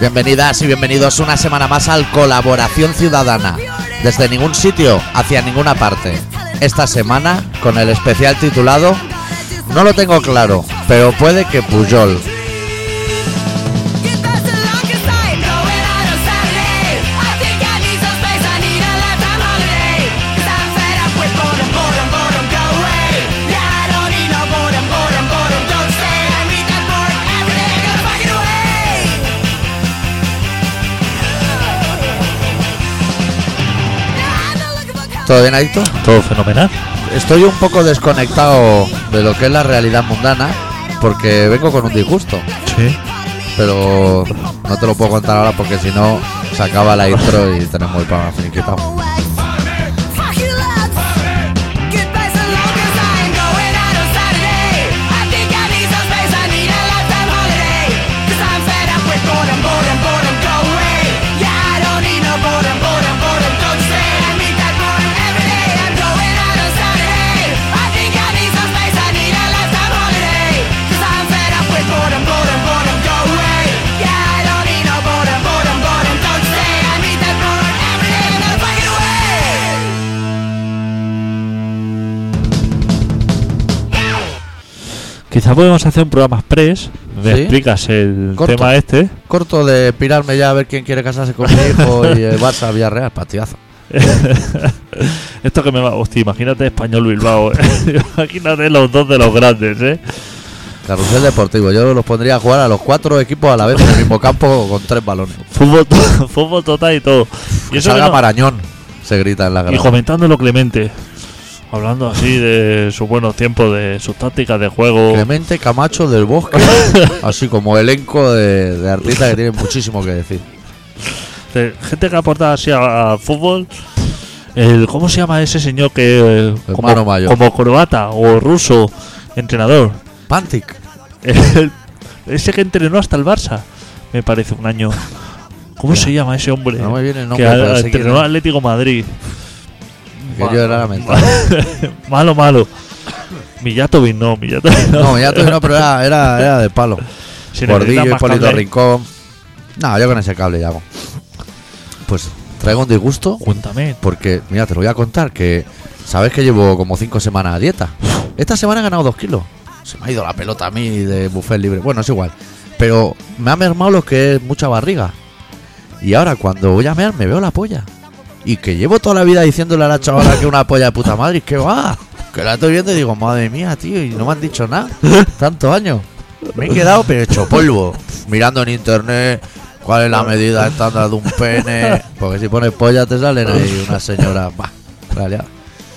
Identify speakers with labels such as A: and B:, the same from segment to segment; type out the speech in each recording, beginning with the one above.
A: Bienvenidas y bienvenidos una semana más al Colaboración Ciudadana. Desde ningún sitio hacia ninguna parte. Esta semana con el especial titulado No lo tengo claro, pero puede que Pujol. ¿Todo bien, Adicto?
B: Todo fenomenal.
A: Estoy un poco desconectado de lo que es la realidad mundana porque vengo con un disgusto,
B: Sí.
A: pero no te lo puedo contar ahora porque si no se acaba la intro y tenemos el programa finiquitado.
C: Yeah!
B: Quizá podemos hacer un programa express. Me
A: Sí.
B: explicas el
A: Corto.
B: tema este.
A: Corto de pirarme ya a ver quién quiere casarse con mi hijo y el Barça Villarreal, partidazo.
B: Esto que me va. Hostia, imagínate español Bilbao. eh. imagínate los dos de los grandes, ¿eh?
A: Carrusel deportivo, yo los pondría a jugar a los cuatro equipos a la vez en el mismo campo con tres balones.
B: Fútbol, to- fútbol total y todo. Y
A: Que
B: eso que
A: salga
B: no-
A: Marañón, se grita en la
B: y
A: grada.
B: comentándolo Clemente. Hablando así de sus buenos tiempos, de sus tácticas de juego.
A: Clemente Camacho del Bosque, así como elenco de, de artistas que tienen muchísimo que decir.
B: de gente que aporta así a- al fútbol. El, ¿Cómo se llama ese señor que. eh,
A: Hermano
B: como,
A: mayor.
B: como croata o ruso, entrenador?
A: Pantic,
B: El- ese que entrenó hasta el Barça, me parece un año. ¿Cómo se llama ese hombre?
A: no me viene el nombre,
B: que a-
A: pero sé quién
B: entrenó al Atlético Madrid.
A: es, que yo era lamentable.
B: malo, malo. Millatovic no, Millatovic no.
A: No, ya tú no, pero era, era, era de palo.
B: Se necesita
A: Gordillo,
B: más
A: Hipólito
B: cable.
A: Rincón. No, yo con ese cable ya hago. Pues traigo un disgusto
B: Cuéntame.
A: Porque, mira, te lo voy a contar, que sabes que llevo como cinco semanas a dieta. Esta semana he ganado dos kilos. Se me ha ido la pelota a mí de buffet libre. Bueno, es igual. Pero me ha mermado lo que es mucha barriga. Y ahora cuando voy a mear me veo la polla. Y que llevo toda la vida diciéndole a la chavala que una polla de puta madre, que va. Que la estoy viendo y digo, madre mía, tío, y no me han dicho nada. Tantos años. Me he quedado pero hecho polvo. Mirando en internet cuál es la medida estándar de un pene. Porque si pones polla te salen ahí una señora. Bah, raleada.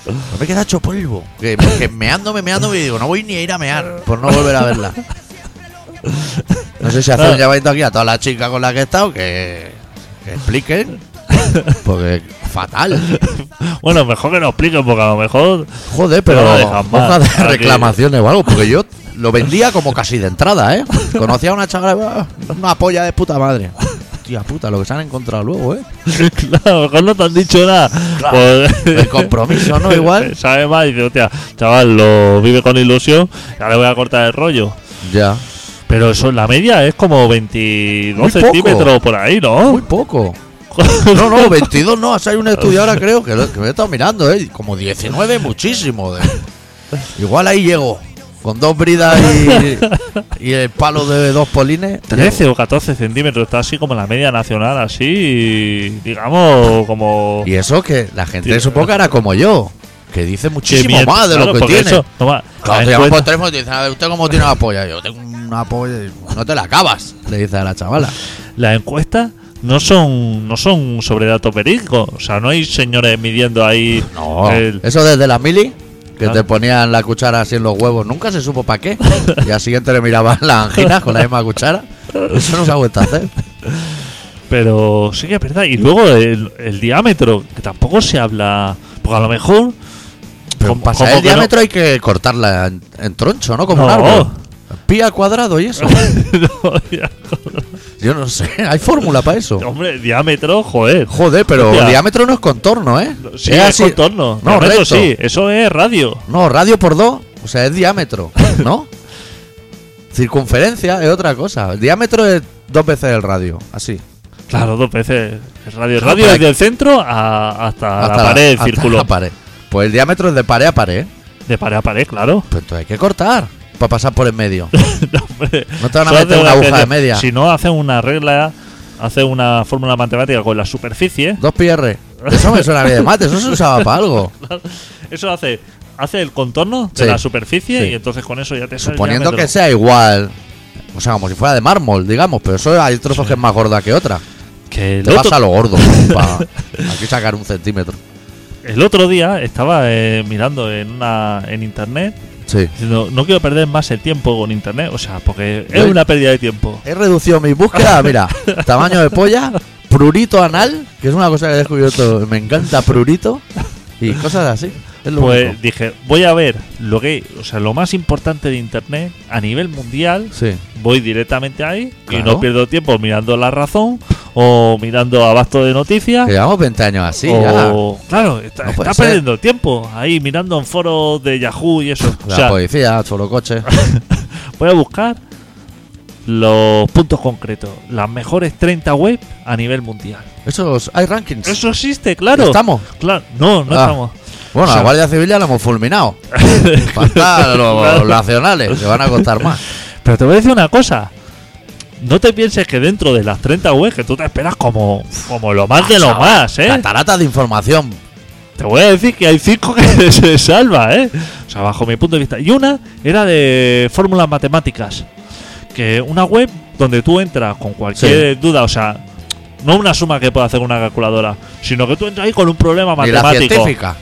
A: Pero me he quedado hecho polvo. Que, que meándome, meándome y digo, no voy ni a ir a mear por no volver a verla. No sé si hacer un llamadito aquí a todas las chicas con las que he estado que, que expliquen. Porque fatal.
B: Bueno, mejor que lo expliques, porque a lo mejor.
A: Joder, pero
B: Pero no dejan más.
A: hoja de
B: Aquí.
A: reclamaciones o algo, porque yo lo vendía como casi de entrada, ¿eh? Conocía a una chavala, "Ah, una polla de puta madre. Tía puta, lo que se han encontrado luego, ¿eh?
B: claro, a lo mejor no te han dicho nada. Pues-
A: El compromiso, ¿no? Igual.
B: Sabe más y dice, hostia, chaval, lo vive con ilusión, ya le voy a cortar el rollo.
A: Ya.
B: Pero eso, la media es como 22
A: Muy poco.
B: centímetros por
A: Muy
B: ahí, ¿no?
A: poco. No, no, 22 no, así hay un estudio ahora creo que, lo- que me he estado mirando, ¿eh? Como 19 muchísimo. de- Igual ahí llego, con dos bridas y, y el palo de dos polines.
B: 13 o 14 centímetros, está así como la media nacional, así, digamos, como...
A: Y eso que la gente supongo que era como yo, que dice
B: que
A: muchísimo
B: miente,
A: más de
B: claro,
A: lo que
B: porque
A: tiene.
B: eso, toma,
A: Claro,
B: ten
A: te
B: en
A: llaman por
B: cuenta-
A: teléfono y te dicen, a ver, ¿usted cómo tiene una polla? Yo tengo una polla. y No te la acabas, le dice a la chavala.
B: las encuestas no son no son sobre datos verídicos, o sea, no hay señores midiendo ahí... el-
A: Eso desde la mili, que
B: Ah.
A: te ponían la cuchara así en los huevos, nunca se supo para qué. Y al siguiente le miraban las anginas con la misma cuchara. Eso no se ha vuelto a hacer.
B: Pero sí que es verdad. Y luego el, el diámetro, que tampoco se habla. Porque a lo mejor.
A: Pero
B: como-
A: para
B: como
A: saber el
B: que no-
A: diámetro hay que cortarla en, en troncho, ¿no? Como un
B: No.
A: árbol. Pi al cuadrado y eso.
B: No, ya,
A: Yo no sé, hay fórmula para eso.
B: hombre, diámetro, joder.
A: Joder, pero
B: Hostia.
A: diámetro no es contorno, ¿eh?
B: Sí, es
A: así-
B: contorno.
A: No,
B: Diámetro
A: recto.
B: sí, eso es radio.
A: No, radio por dos, o sea, es diámetro, ¿no? Circunferencia es otra cosa. El diámetro es dos veces el radio, así.
B: Claro, dos veces. Es radio,
A: Claro,
B: radio
A: para
B: desde el centro a- hasta, la pared, el
A: hasta
B: círculo.
A: la pared. Pues el diámetro es de pared a pared.
B: De pared a pared, claro.
A: Pues entonces hay que cortar para pasar por en medio.
B: No, hombre.
A: No te van a
B: Solo
A: meter
B: hace
A: una aguja de
B: especie-
A: media.
B: Si no, hacen una regla, hacen una fórmula matemática con la superficie.
A: Dos PR. Eso me suena bien de mate, eso se usaba para algo.
B: Eso hace hace el contorno de
A: Sí,
B: la superficie
A: sí.
B: y entonces con eso ya te sale el
A: Suponiendo que
B: diámetro.
A: sea igual. O sea, como si fuera de mármol, digamos, pero eso hay trozos que es más gorda que otra.
B: Que el
A: Te
B: otro,
A: pasa lo gordo. pa- Hay que sacar un centímetro.
B: el otro día estaba eh, mirando en una en internet
A: Sí.
B: diciendo no quiero perder más el tiempo con internet, o sea, porque es
A: Yo-
B: una pérdida de tiempo.
A: He reducido mis búsquedas, mira, tamaño de polla, prurito anal, que es una cosa que he descubierto, me encanta prurito, y cosas así. Es lo
B: Pues
A: único.
B: dije, voy a ver lo que, o sea, lo más importante de internet a nivel mundial
A: Sí.
B: voy directamente ahí y
A: Claro.
B: no pierdo tiempo mirando la razón o mirando abasto de noticias.
A: Que Llevamos 20 años así, Eh, ya.
B: Oh, o, claro, está,
A: No puede
B: está
A: ser.
B: perdiendo tiempo ahí mirando en foros de Yahoo y eso. O
A: La
B: sea,
A: policía, solo coche.
B: voy a buscar los puntos concretos, las mejores 30 web a nivel mundial.
A: Esos, hay rankings.
B: Eso existe, claro.
A: Estamos.
B: Claro, no, no
A: Ah.
B: estamos.
A: Bueno,
B: O sea-
A: la Guardia Civil ya la hemos fulminado. Falta los
B: Claro.
A: nacionales, que van a costar más.
B: Pero te voy a decir una cosa. No te pienses que dentro de las 30 web que tú te esperas como, como lo más de lo
A: chaval,
B: más, ¿eh?
A: Cataratas de información.
B: Te voy a decir que hay cinco que se salva, ¿eh? O sea, bajo mi punto de vista. Y una era de fórmulas matemáticas. Que una web donde tú entras con cualquier duda, o sea, no una suma que pueda hacer una calculadora, sino que tú entras ahí con un problema
A: Y la
B: matemático.
A: científica.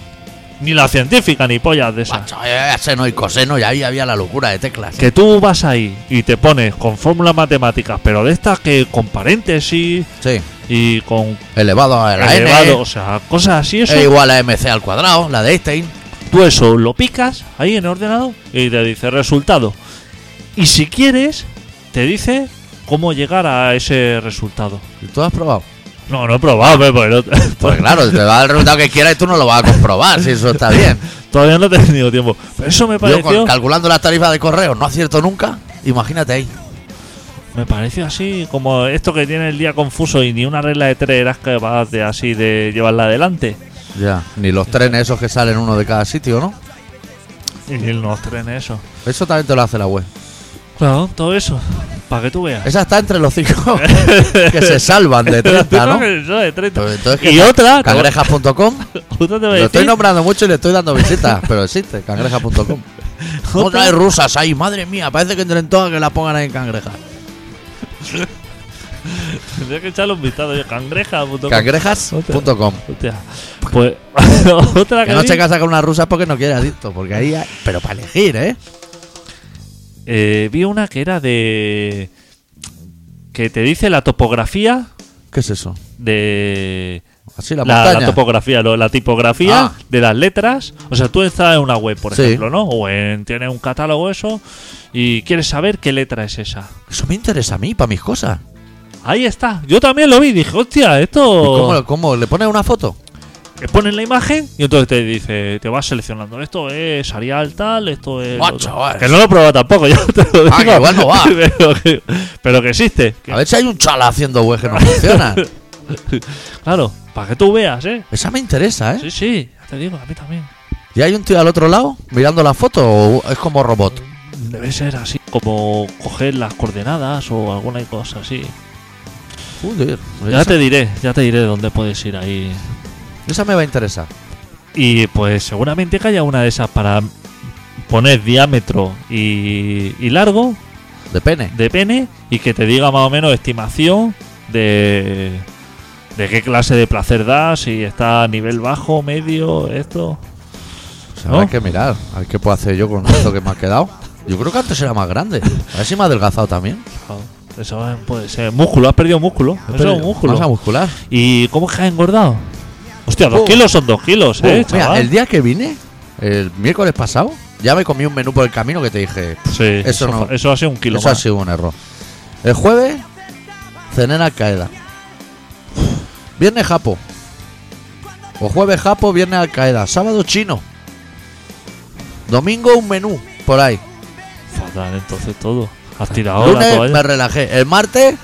B: Ni la científica, ni pollas de esas.
A: Macho, eh, seno y coseno, y ahí había la locura de teclas.
B: Que tú vas ahí y te pones con fórmulas matemáticas, pero de estas que con paréntesis
A: Sí.
B: y con
A: Elevado a la
B: elevado,
A: N.
B: o sea, cosas así, eso.
A: E igual a MC al cuadrado, la de Einstein.
B: Tú eso lo picas ahí en el ordenador y te dice resultado. Y si quieres, te dice cómo llegar a ese resultado.
A: ¿Y ¿Tú has probado?
B: No, no he probado, hombre, porque no-
A: Pues claro, te da el resultado que quieras y tú no lo vas a comprobar, si eso está bien.
B: todavía no he tenido tiempo. Pero eso me
A: Yo
B: pareció,
A: con- calculando las tarifas de correo no acierto nunca, imagínate ahí.
B: me pareció así, como esto que tiene el día confuso y ni una regla de tres eras que vas de así de llevarla adelante.
A: Ya, ni los trenes esos que salen uno de cada sitio, ¿no?
B: Y los trenes, eso.
A: Eso también te lo hace la web.
B: Claro, todo eso, para que tú veas.
A: Esa está entre los cinco que se salvan de 30, ¿no?
B: Eso de 30.
A: Pues entonces, ¿qué
B: y
A: tal?
B: otra, te voy-
A: Cangrejas.com.
B: otra te voy a
A: Lo estoy
B: decir,
A: nombrando mucho y le estoy dando visitas, pero existe, cangrejas.com.
B: Otra.
A: Otra hay rusas ahí, madre mía, parece que entren todas que la pongan ahí en cangrejas.
B: Tendría que echarle un vistazo de cangreja. punto com.
A: Cangrejas.com.
B: Hostia. Pues otra
A: Que
B: que
A: no
B: vi,
A: se casa con una rusa porque no quiere adicto, porque ahí hay- Pero para elegir, ¿eh?
B: eh, vi una que era de que te dice la topografía
A: ¿Qué es eso?
B: de
A: Así la, montaña.
B: topografía, lo- la tipografía
A: Ah.
B: de las letras. O sea, tú estás en una web, por
A: Sí.
B: ejemplo, ¿no? O en, tienes un catálogo eso y quieres saber qué letra es esa.
A: Eso me interesa a mí, para mis cosas.
B: Ahí está. Yo también lo vi. Dije, hostia, esto.
A: ¿Y cómo, lo- cómo? ¿Le pones una foto?
B: Eh, pones la imagen y entonces te dice, te vas seleccionando. Esto es Arial tal, esto es. lo
A: Macho,
B: otro.
A: eh.
B: que no lo he probado tampoco, yo te lo
A: Ah,
B: digo.
A: que igual no va.
B: pero, que, pero que existe. Que-
A: A ver si hay un chala haciendo web que no funciona.
B: claro, para que tú veas, ¿eh?
A: Esa me interesa, ¿eh?
B: Sí, sí, ya te digo, a mí también.
A: ¿Y hay un tío al otro lado mirando la foto o es como robot?
B: Debe ser así, como coger las coordenadas o alguna cosa así.
A: Joder,
B: Ya
A: Pues esa,
B: te diré, ya te diré dónde puedes ir ahí.
A: esa me va a interesar.
B: Y pues seguramente que haya una de esas para poner diámetro y, y largo
A: De pene.
B: de pene y que te diga más o menos estimación de, de qué clase de placer da, si está a nivel bajo, medio, esto.
A: O sea,
B: ¿No?
A: Hay que mirar. A ver qué puedo hacer yo con esto que me ha quedado. Yo creo que antes era más grande. A ver si me ha adelgazado también.
B: Eso es- puede ser músculo, has perdido músculo. Eso es
A: Pero
B: un músculo.
A: Masa muscular.
B: ¿Y cómo es que has engordado? Hostia, dos
A: Oh.
B: kilos son dos kilos, eh,
A: Uh, mira,
B: chaval?
A: el día que vine, el miércoles pasado, ya me comí un menú por el camino que te dije.
B: Sí, eso,
A: no.
B: fa- eso ha sido un kilo
A: Eso ha
B: más.
A: sido un error. El jueves, cené en Al Qaeda. Viernes Japo. O jueves Japo, viernes Al Qaeda. Sábado chino. Domingo un menú por ahí.
B: Fatal, entonces todo. Has tirado la
A: Lunes
B: toalla.
A: me relajé. El martes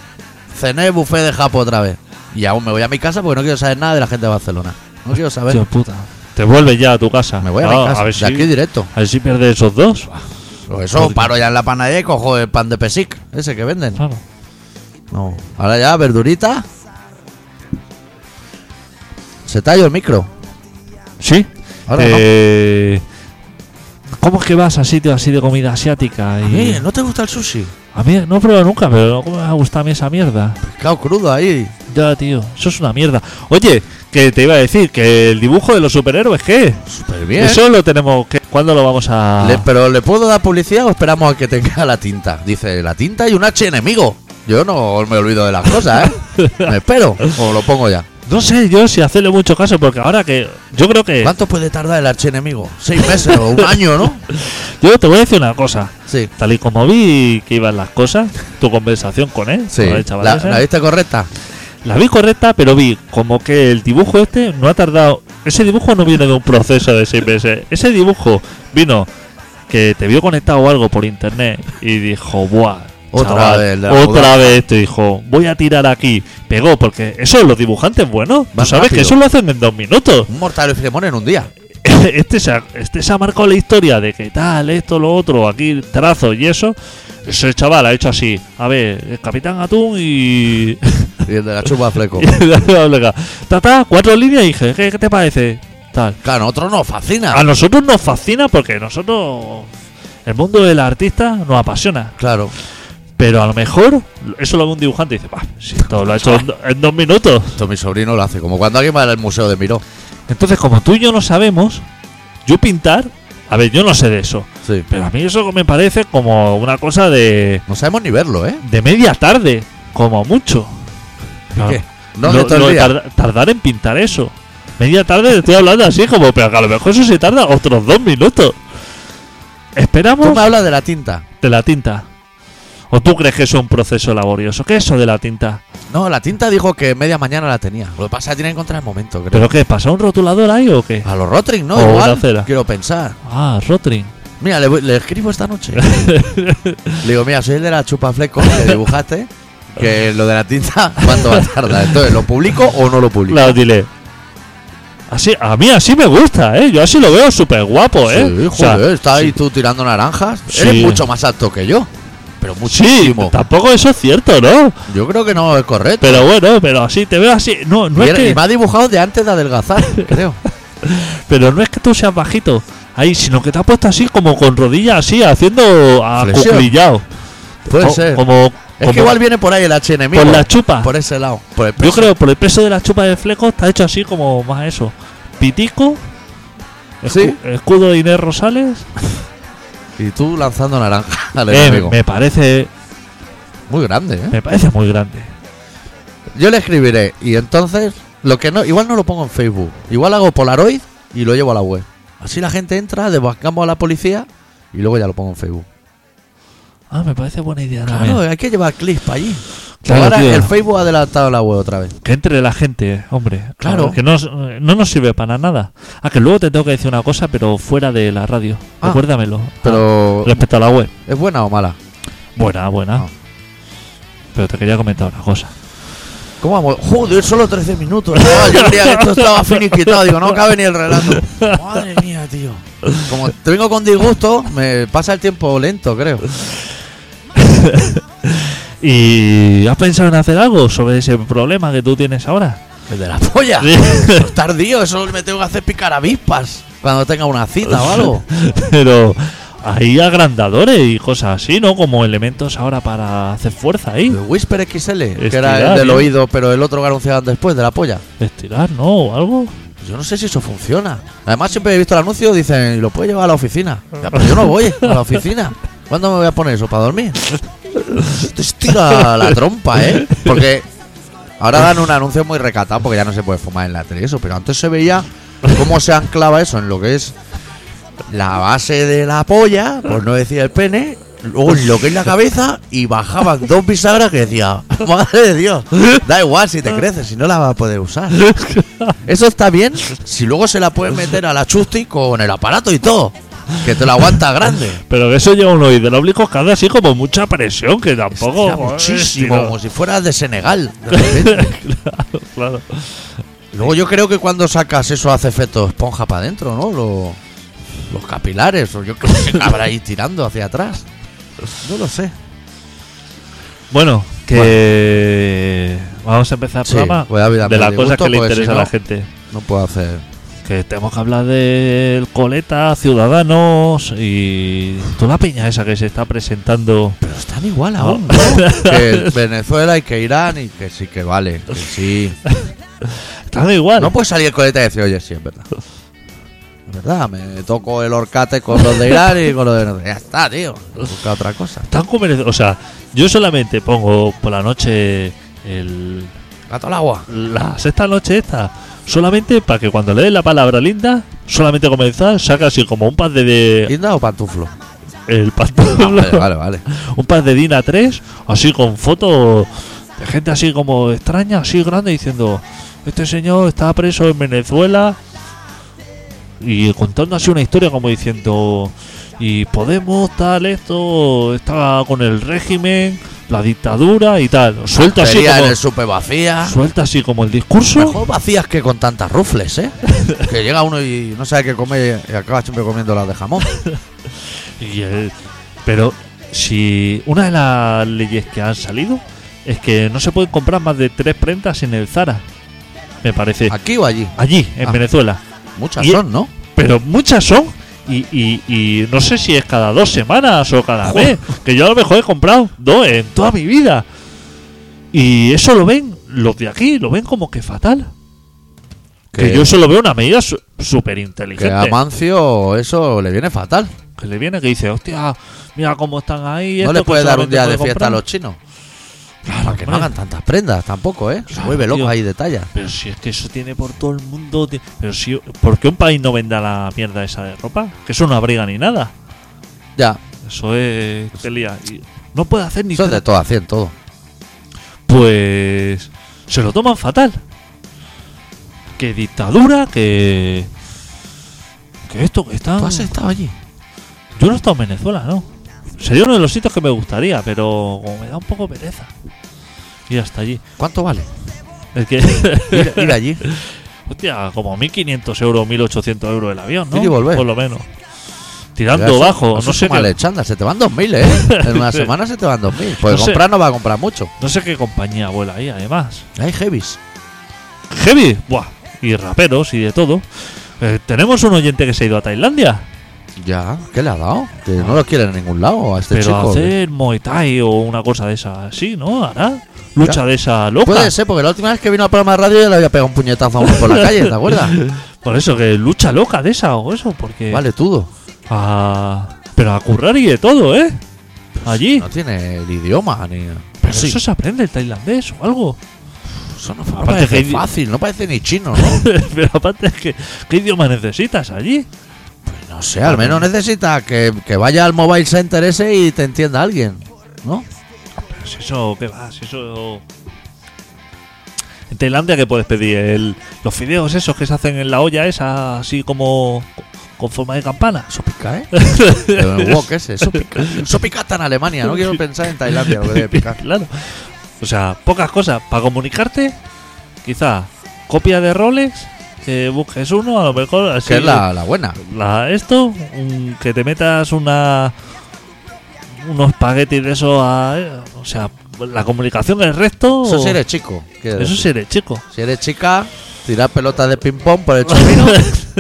A: cené buffet de Japo otra vez. Y aún me voy a mi casa porque no quiero saber nada de la gente de Barcelona. No quiero saber.
B: Tío puta. Te vuelves ya a tu casa.
A: me voy a
B: Ah,
A: mi casa.
B: A ver,
A: de
B: si,
A: aquí directo.
B: a ver si pierdes esos dos.
A: O Pues eso,
B: Joder.
A: paro ya en la panadería y cojo el pan de pesic, ese que venden.
B: Claro.
A: No. Ahora ya, verdurita. Se talló el micro.
B: Sí.
A: Ahora
B: Eh, ¿Cómo es que vas a sitios así de comida asiática?
A: no. A
B: Y...
A: mí, Eh, ¿no te gusta el sushi?
B: A mí no he probado nunca, pero ¿cómo me va a gustar a mí esa mierda?
A: Pescado crudo ahí.
B: Ya, tío, eso es una mierda. Oye, que te iba a decir que el dibujo de los superhéroes, ¿qué?
A: Súper bien.
B: Eso Ah. lo tenemos que... ¿Cuándo lo vamos a...?
A: Le- pero ¿le puedo dar publicidad o esperamos a que tenga la tinta? Dice, la tinta y un H enemigo. Yo no me olvido de las cosas, ¿eh? me espero. O lo pongo ya.
B: No sé yo si hacerle mucho caso, porque ahora que... Yo creo que...
A: ¿Cuánto puede tardar el archienemigo? ¿Seis meses o un año, no?
B: Yo te voy a decir una cosa.
A: Sí.
B: Tal y como vi que iban las cosas, tu conversación con él,
A: Sí.
B: con el chaval
A: ¿La,
B: ese,
A: la viste correcta?
B: la vi correcta, pero vi como que el dibujo este no ha tardado... Ese dibujo no viene de un proceso de seis meses. Ese dibujo vino que te vio conectado a algo por internet y dijo, buah.
A: Otra
B: chaval,
A: vez la
B: otra
A: mudanza".
B: vez te dijo, voy a tirar aquí. Pegó, porque eso, los dibujantes buenos, tú
A: Van
B: sabes que
A: rápido.
B: eso lo hacen en dos minutos.
A: Un mortal y filemón en un día.
B: este, se ha, este se ha marcado la historia de que tal, esto, lo otro, aquí trazo y eso. Ese chaval ha hecho así, a ver, el Capitán Atún y...
A: Y el de la chupa fleco.
B: y le ha dado la cara. ta, ta, cuatro líneas y dije, ¿qué, qué te parece? Tal.
A: Claro, nosotros nos fascina.
B: A nosotros nos fascina porque nosotros... El mundo del artista nos apasiona.
A: Claro.
B: Pero a lo mejor eso lo ve un dibujante y dice, "Bah, si esto lo ha hecho en, do- en dos minutos.
A: Esto mi sobrino lo hace. Como cuando alguien va al museo de Miró.
B: Entonces, como tú y yo no sabemos, yo pintar... A ver, yo no sé de eso.
A: Sí.
B: Pero a mí eso me parece como una cosa de,
A: No sabemos ni verlo, ¿eh?
B: de media tarde, como mucho.
A: ¿Qué? No,
B: Lo-
A: de todo el
B: lo de
A: día.
B: tarda- tardar en pintar eso. Media tarde estoy hablando así, como, pero que a lo mejor eso se tarda otros dos minutos.
A: Tú
B: Esperamos
A: me hablas de la tinta.
B: de la tinta. ¿O tú crees que eso es un proceso laborioso? ¿Qué es eso de la tinta?
A: No, la tinta dijo que media mañana la tenía. Lo que pasa es que tiene que encontrar el momento, creo.
B: ¿Pero qué? ¿Pasa un rotulador ahí o qué?
A: A los Rotring, ¿no?
B: O una
A: Igual.
B: cera.
A: Quiero pensar.
B: Ah, Rotring.
A: Mira, le, voy- le escribo esta noche. le digo, mira, soy el de la chupafleco que dibujaste. Que lo de la tinta, ¿cuánto va a tardar? Entonces, ¿lo publico o no lo publico?
B: Claro, dile. Así, a mí así me gusta, ¿eh? Yo así lo veo súper guapo, ¿eh?
A: Sí,
B: O sea,
A: joder, está ahí tú tirando naranjas.
B: Sí.
A: Eres mucho más alto que yo. Pero
B: Sí,
A: muchísimo.
B: tampoco eso es cierto, ¿no?
A: yo creo que no es correcto.
B: Pero bueno, pero así te veo así. No, no
A: y,
B: es
A: era- y
B: que,
A: me ha dibujado de antes de adelgazar, creo.
B: pero no es que tú seas bajito ahí, sino que te has puesto así como con rodillas así, haciendo
A: Flexión.
B: acuclillado.
A: Puede
B: Co-
A: ser.
B: Como,
A: es
B: como
A: que igual viene por ahí el HNM.
B: con la chupa.
A: Por ese lado. Pues, Por el
B: Yo
A: peso.
B: creo por el peso de la chupa de fleco está hecho así como más eso. Pitico. escu-
A: Sí.
B: Escudo de Inés Rosales.
A: Y tú lanzando naranja al
B: Eh,
A: enemigo.
B: me parece
A: Muy grande, ¿eh?
B: me parece muy grande.
A: Yo le escribiré y entonces lo que no, igual no lo pongo en Facebook, igual hago Polaroid y lo llevo a la web. Así la gente entra, desbancamos a la policía y luego ya lo pongo en Facebook.
B: Ah, me parece buena idea también.
A: Claro, eh. hay que llevar clips para allí. Que
B: Claro,
A: ahora
B: tío.
A: el Facebook ha adelantado a la web otra vez.
B: Que entre la gente, hombre.
A: Claro.
B: Que no, no nos sirve para nada. Ah, que luego te tengo que decir una cosa, pero fuera de la radio.
A: Ah.
B: Recuérdamelo. Ah,
A: Pero
B: respecto a la web.
A: es buena o mala.
B: Buena, buena.
A: Ah.
B: Pero te quería comentar una cosa.
A: ¿Cómo vamos? Joder, solo 13 minutos. chaval. yo creía que esto estaba finiquitado. Digo, no cabe ni el relato. Madre mía, tío. Como te vengo con disgusto, me pasa el tiempo lento, creo.
B: ¿Y has pensado en hacer algo sobre ese problema que tú tienes ahora?
A: El de la polla. Eso es tardío, eso me tengo que hacer picar avispas cuando tenga una cita o algo.
B: Pero hay agrandadores y cosas así, ¿no? Como elementos ahora para hacer fuerza ahí.
A: El Whisper XL, que era
B: Estirar,
A: el del
B: ¿eh?
A: oído, pero el otro que anunciaban después, de la polla.
B: Estirar, ¿no? O algo.
A: Yo no sé si eso funciona. Además, siempre he visto el anuncio, dicen, lo puedes llevar a la oficina. Ya, pero yo no voy a la oficina. ¿Cuándo me voy a poner eso para dormir? Te estira la trompa, ¿eh? Porque ahora dan un anuncio muy recatado porque ya no se puede fumar en la tele y eso, pero antes se veía cómo se anclaba eso en lo que es la base de la polla, por no decir el pene, luego en lo que es la cabeza y bajaban dos bisagras que decía, madre de Dios, da igual si te creces, si no la vas a poder usar. Eso está bien si luego se la puedes meter a la chusti con el aparato y todo. que te lo aguanta grande.
B: Pero eso lleva uno y de los oblicuos que hace así como mucha presión, que tampoco.
A: Estira
B: joder,
A: muchísimo,
B: estira.
A: como si fuera de Senegal. de repente.
B: claro, claro.
A: Luego yo creo que cuando sacas eso hace efecto esponja para adentro, ¿no? Lo- los capilares, o yo creo que habrá ahí tirando hacia atrás. No lo sé.
B: Bueno, que. Vamos a empezar el
A: Sí,
B: programa
A: voy a vida
B: de
A: me
B: las cosas
A: disgusto,
B: que le
A: porque si
B: interesa a
A: no,
B: la gente.
A: No puedo hacer.
B: Que tenemos que hablar del coleta, ciudadanos y toda la piña esa que se está presentando.
A: Pero están igual
B: No.
A: aún. ¿no? que Venezuela y que Irán y que sí que vale. Que sí.
B: Está da igual.
A: No puede salir el coleta y decir, oye, sí, es verdad. Es verdad, me toco el horcate con los de Irán y con los de Venezuela. Ya está, tío. Busca otra cosa.
B: Tan convenido- O sea, yo solamente pongo por la noche el,
A: Gato al agua.
B: la sexta noche esta. Solamente para que cuando le des la palabra linda, solamente comenzar, saca así como un par de, de-
A: ¿Linda o pantuflo?
B: el
A: Ah, Vale,
B: pantuflo,
A: vale, vale.
B: un par de Dina 3, así con fotos de gente así como extraña, así grande, diciendo, este señor está preso en Venezuela y contando así una historia como diciendo, y Podemos tal, esto, está con el régimen, la dictadura y tal. Suelta así
A: Sería en
B: como...
A: el super vacía.
B: Suelta así como el discurso.
A: Mejor vacías que con tantas rufles, ¿eh? que llega uno y no sabe qué comer y acaba siempre comiendo las de jamón.
B: Y, eh, pero si una de las leyes que han salido es que no se pueden comprar más de tres prendas en el Zara, me parece.
A: Aquí o allí.
B: Allí, en
A: Ah.
B: Venezuela.
A: Muchas
B: Y-
A: son, ¿no?
B: Pero muchas son y, y- y no sé si es cada dos semanas o cada
A: Joder.
B: mes. Que yo a lo mejor he comprado dos en toda mi vida. Y eso lo ven los de aquí, lo ven como que fatal. Que, yo eso lo veo una medida súper
A: que
B: inteligente.
A: a Mancio eso le viene fatal.
B: que le viene que dice, hostia, mira cómo están ahí.
A: No
B: esto
A: le
B: que
A: puede dar un
B: solamente
A: día de
B: puede
A: fiesta a
B: comprar".
A: los chinos. Para que no
B: hombre.
A: hagan tantas prendas tampoco, ¿eh? Se
B: Claro,
A: vuelve loco
B: tío.
A: ahí de talla.
B: Pero si es que eso tiene por todo el mundo. ti- Pero si, ¿Por qué un país no venda la mierda esa de ropa? Que eso no abriga ni nada.
A: Ya,
B: Eso es. Te lía. Y no puede hacer ni.
A: eso es de
B: nada.
A: todo a 100, todo.
B: Pues. Se lo toman fatal. Que dictadura, que. Que esto que está.
A: ¿Tú has estado allí?
B: Yo no he estado en Venezuela, ¿no? Sería uno de los sitios que me gustaría, pero como me da un poco pereza. Ir hasta allí.
A: ¿Cuánto vale?
B: Es que.
A: Ir, ir allí.
B: Pues Hostia, como 1500 euros, 1800 euros el avión, ¿no?
A: Ir y volver.
B: Por lo menos.
A: Mira,
B: Tirando
A: eso-
B: bajo,
A: Pues eso
B: no sé,
A: súmale
B: qué,
A: chanda, se te van 2.000, ¿eh? En una semana se te van 2.000. Pues
B: No sé.
A: comprar no va a comprar mucho.
B: no sé qué compañía vuela ahí, además.
A: Hay heavies.
B: Heavy, buah, y raperos y de todo. Eh, tenemos un oyente que se ha ido a Tailandia,
A: Este Ya, ¿qué le ha dado? Que no lo quieren en ningún lado a este
B: pero
A: chico.
B: hacer Muay Thai o una cosa de esa así, ¿no? Hará lucha de esa loca.
A: Puede ser, porque la última vez que vino al programa de radio ya le había pegado un puñetazo a uno por la calle, ¿te acuerdas?
B: Por eso, que lucha loca de esa o eso, porque.
A: Vale, todo.
B: Ah, pero a currar y de todo, ¿eh? Allí.
A: No tiene el idioma ni.
B: Pero
A: sí,
B: eso se aprende el tailandés o algo.
A: eso no, no
B: aparte
A: parece
B: que hay-
A: fácil, no parece ni chino, ¿no?
B: pero aparte, es que, ¿qué idioma necesitas allí?
A: Pues no sé, al menos necesita que, que vaya al mobile center ese y te entienda alguien, ¿no?
B: Pero si Pues eso, ¿qué va? Si eso. En Tailandia, ¿qué puedes pedir? El- los fideos esos que se hacen en la olla esa, así como. con forma de campana.
A: Eso pica, ¿eh? El wok ese, eso pica. Eso pica hasta en Alemania, no quiero pensar en Tailandia lo que debe picar.
B: Claro. O sea, pocas cosas. Para comunicarte, quizá copia de Rolex, que busques uno, a lo mejor así.
A: Que es la, la buena.
B: la- esto, un- que te metas una. unos espaguetis de eso a. eh, O sea, la comunicación el resto.
A: Eso si eres chico. quiero
B: Oh. Eso
A: decir.
B: sí eres chico.
A: Si eres chica, tirar pelotas de ping-pong por el chomino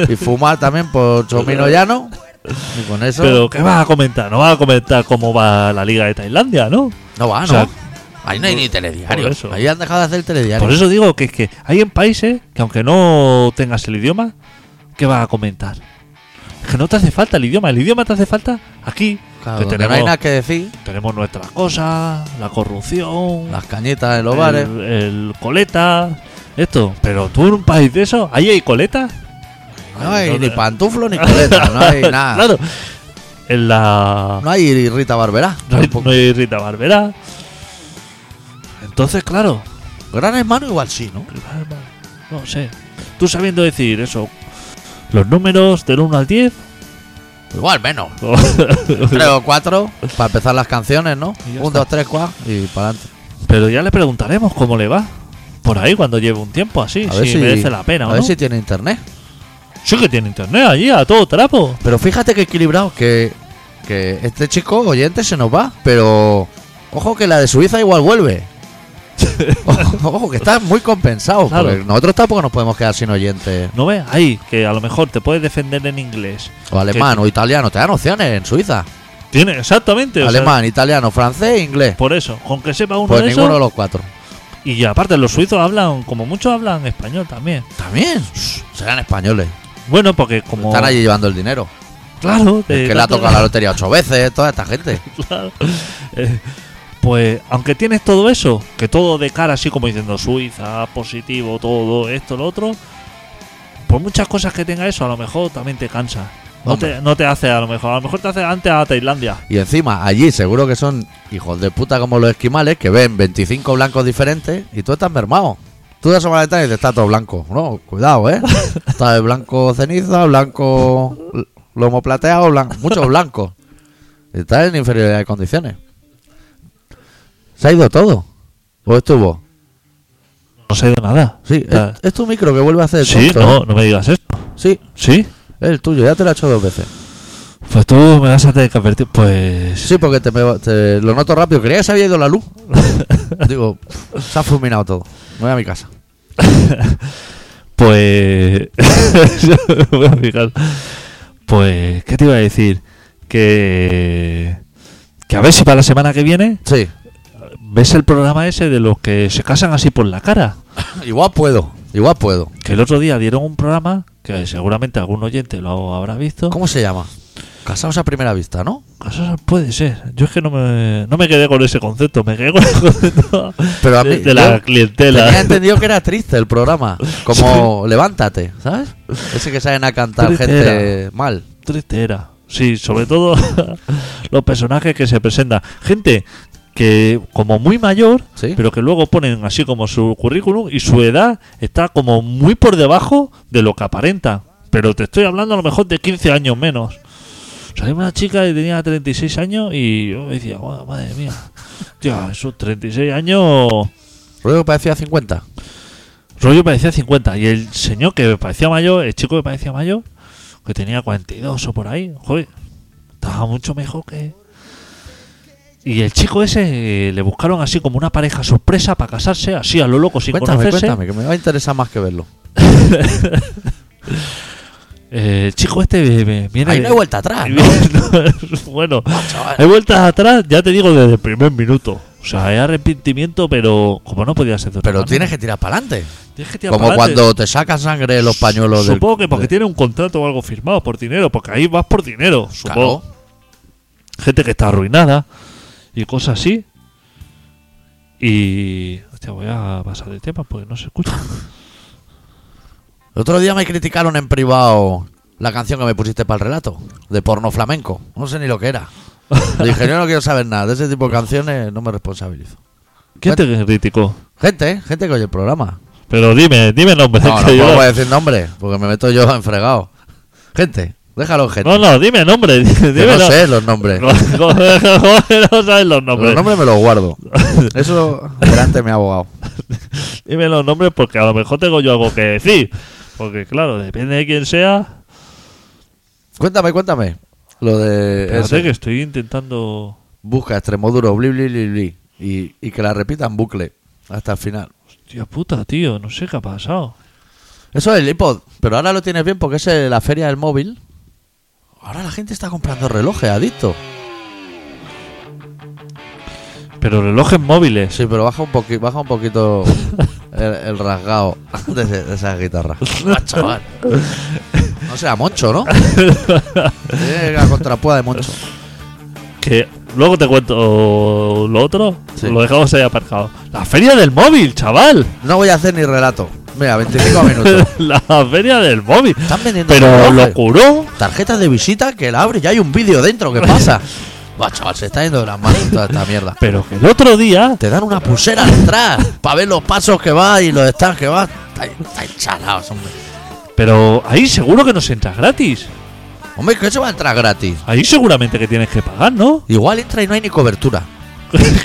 A: y fumar también por chomino llano. Y con eso.
B: Pero ¿qué vas a comentar? No vas a comentar cómo va la liga de Tailandia, ¿no?
A: no va, no.
B: o sea,
A: Ahí no hay ni telediario.
B: por eso.
A: Ahí han dejado de hacer el telediario.
B: Por eso digo que es que hay en países que aunque no tengas el idioma, ¿qué vas a comentar? Es que no te hace falta el idioma, el idioma te hace falta aquí.
A: Claro,
B: que
A: donde
B: tenemos,
A: no hay nada que decir.
B: tenemos nuestras cosas, la corrupción,
A: Las cañitas en los
B: el,
A: bares.
B: el coleta, esto. Pero tú en un país de eso, ¿ahí hay coleta?
A: No hay
B: ¿dónde?
A: ni pantuflo ni coleta. No hay nada.
B: Claro. En la...
A: No hay Rita Barberá.
B: No hay,
A: tampoco.
B: no hay Rita Barberá. Entonces, claro,
A: Gran hermano igual sí, ¿no?
B: No sé. Tú sabiendo decir eso. Los números del 1 al 10.
A: Igual menos. Tres o cuatro para empezar las canciones, ¿no?
B: Y ya
A: Un,
B: está.
A: dos, tres, cuatro y para adelante.
B: Pero ya le preguntaremos cómo le va. Por ahí cuando lleve un tiempo así,
A: A
B: si,
A: ver si
B: merece la pena
A: A
B: o
A: ver
B: no.
A: si tiene internet.
B: Sí que tiene internet allí, a todo trapo.
A: Pero fíjate que equilibrado, que, que este chico oyente se nos va, pero ojo que la de Suiza igual vuelve. ojo, ojo, que está muy compensado.
B: Claro.
A: porque nosotros tampoco nos podemos quedar sin oyente.
B: ¿No ves? Ahí, que a lo mejor te puedes defender en inglés.
A: O alemán o italiano, te dan opciones en Suiza.
B: Tiene, exactamente. o sea,
A: alemán, italiano, francés e inglés.
B: por eso, con que sepa uno
A: Pues
B: de
A: ninguno de
B: esos.
A: los cuatro.
B: Y aparte, los suizos hablan, como muchos hablan español también.
A: También. Serán españoles.
B: Bueno, porque como.
A: Están allí llevando el dinero.
B: Claro, de
A: El que le ha
B: Oh. tanto-
A: tocado la lotería ocho veces, toda esta gente.
B: Claro. Eh, pues aunque tienes todo eso, que todo de cara así como diciendo Suiza, positivo, todo esto, lo otro, por muchas cosas que tenga eso, a lo mejor también te cansa. No
A: Hombre.
B: te, no te hace a lo mejor, a lo mejor te hace antes a Tailandia.
A: Y encima, allí seguro que son hijos de puta como los esquimales que ven 25 blancos diferentes y tú estás mermado. Tú das una ventana y te está todo blanco. No, cuidado, ¿eh? Está de blanco ceniza, blanco l- lomo plateado, blanco, muchos blancos. Estás en inferioridad de condiciones. ¿Se ha ido todo? ¿O estuvo?
B: No sé de nada.
A: Sí,
B: Ah.
A: es, es tu micro que vuelve a hacer el
B: Sí,
A: tonto, ¿eh?
B: no, no me digas esto.
A: Sí,
B: Sí,
A: es el tuyo, ya te lo he hecho dos veces.
B: pues tú me vas a tener que advertir. Pues.
A: Sí, porque te, me- te- lo noto rápido. Creía que se había ido la luz. Digo, se ha fulminado todo. Me voy a mi casa.
B: Pues. me voy a fijar. Pues, ¿qué te iba a decir? Que. Que a ver si para la semana que viene
A: Sí.
B: ¿Ves el programa ese de los que se casan así por la cara?
A: Igual puedo. Igual puedo.
B: Que el otro día dieron un programa que seguramente algún oyente lo habrá visto.
A: ¿Cómo se llama? Casados a primera vista, ¿no?
B: Eso puede ser. Yo es que no me, no me quedé con ese concepto, me quedé con el concepto
A: Pero a
B: de,
A: mí.
B: de la
A: yo Tenía
B: clientela.
A: entendido que era triste el programa. Como levántate, ¿sabes? Ese que salen a cantar
B: Triste
A: gente mal.
B: Triste era. Sí, sobre todo los personajes que se presentan. Gente que como muy mayor,
A: Sí.
B: pero que luego ponen así como su currículum y su edad está como muy por debajo de lo que aparenta. Pero te estoy hablando a lo mejor de 15 años menos. Salió una chica que tenía 36 años y yo decía, "Guau, madre mía, tío, esos 36 años,
A: Luego parecía 50.
B: rollo parecía 50. Y el señor que parecía mayor, el chico que parecía mayor, que tenía 42 o por ahí, joder, estaba mucho mejor que... Y el chico ese eh, le buscaron así como una pareja sorpresa para casarse, así a lo loco, sin
A: cuéntame,
B: conocerse.
A: cuéntame, que me va a interesar más que verlo.
B: Eh, el chico este eh, viene...
A: Ahí no hay vuelta atrás. ¿no?
B: bueno,
A: Ah, chaval.
B: hay vueltas atrás, ya te digo, desde el primer minuto. O sea, hay arrepentimiento, pero como no podía ser de otra
A: Pero
B: manera.
A: tienes que tirar para adelante.
B: Tienes que tirar
A: Como
B: pa'lante.
A: cuando te sacan sangre de los pañuelos del-
B: Supongo que porque
A: de-
B: tiene un contrato o algo firmado por dinero, porque ahí vas por dinero, supongo.
A: Claro.
B: Gente que está arruinada y cosas así. Y. Hostia, voy a pasar de tema porque no se escucha.
A: El otro día me criticaron en privado la canción que me pusiste para el relato, de porno flamenco. No sé ni lo que era. Dije, yo no quiero saber nada, de ese tipo de canciones no me responsabilizo.
B: ¿Quién te criticó?
A: Gente, ¿eh? gente que oye el programa.
B: Pero dime, dime nombre.
A: No, no
B: que yo-
A: puedo decir nombres, porque me meto yo en fregado. Gente, déjalo, en gente.
B: no, no, dime nombre. Dime
A: Que no
B: nom-
A: sé los nombres.
B: No, no sabes los
A: Los
B: nombres.
A: nombres me los guardo. Eso delante mi abogado.
B: Dime los nombres porque a lo mejor tengo yo algo que decir. Porque claro, depende de quién sea.
A: Cuéntame, cuéntame. Lo de.
B: Espérate
A: ese.
B: que estoy intentando...
A: Busca Extremoduro, bli, bli, bli, bli. Y, y que la repitan bucle hasta el final.
B: Hostia puta, tío, no sé qué ha pasado.
A: Eso es el iPod, pero ahora lo tienes bien porque es eh, la feria del móvil. Ahora la gente está comprando relojes, adicto.
B: Pero relojes móviles.
A: Sí, pero baja un, poqui- baja un poquito el, el rasgado de, ese- de esa guitarra. Ah, chaval. No sea Moncho, ¿no? Tiene la contrapúa de Moncho.
B: Que luego te cuento lo otro.
A: Sí.
B: Lo dejamos ahí aparcado. La feria del móvil, chaval.
A: No voy a hacer ni relato. Mira, 25 minutos.
B: la feria del móvil.
A: Están vendiendo
B: Pero lo
A: relojes,
B: curó.
A: tarjetas de visita que la abre y hay un vídeo dentro. ¿Qué pasa? Buah, chaval, se está yendo de las manos toda esta mierda.
B: Pero que el otro día...
A: Te dan una pulsera detrás para ver los pasos que va y los stands que va. Está, está enchalado, hombre.
B: Pero ahí seguro que nos entras gratis.
A: Hombre, que eso va a entrar gratis.
B: Ahí seguramente que tienes que pagar, ¿no?
A: Igual entra y no hay ni cobertura.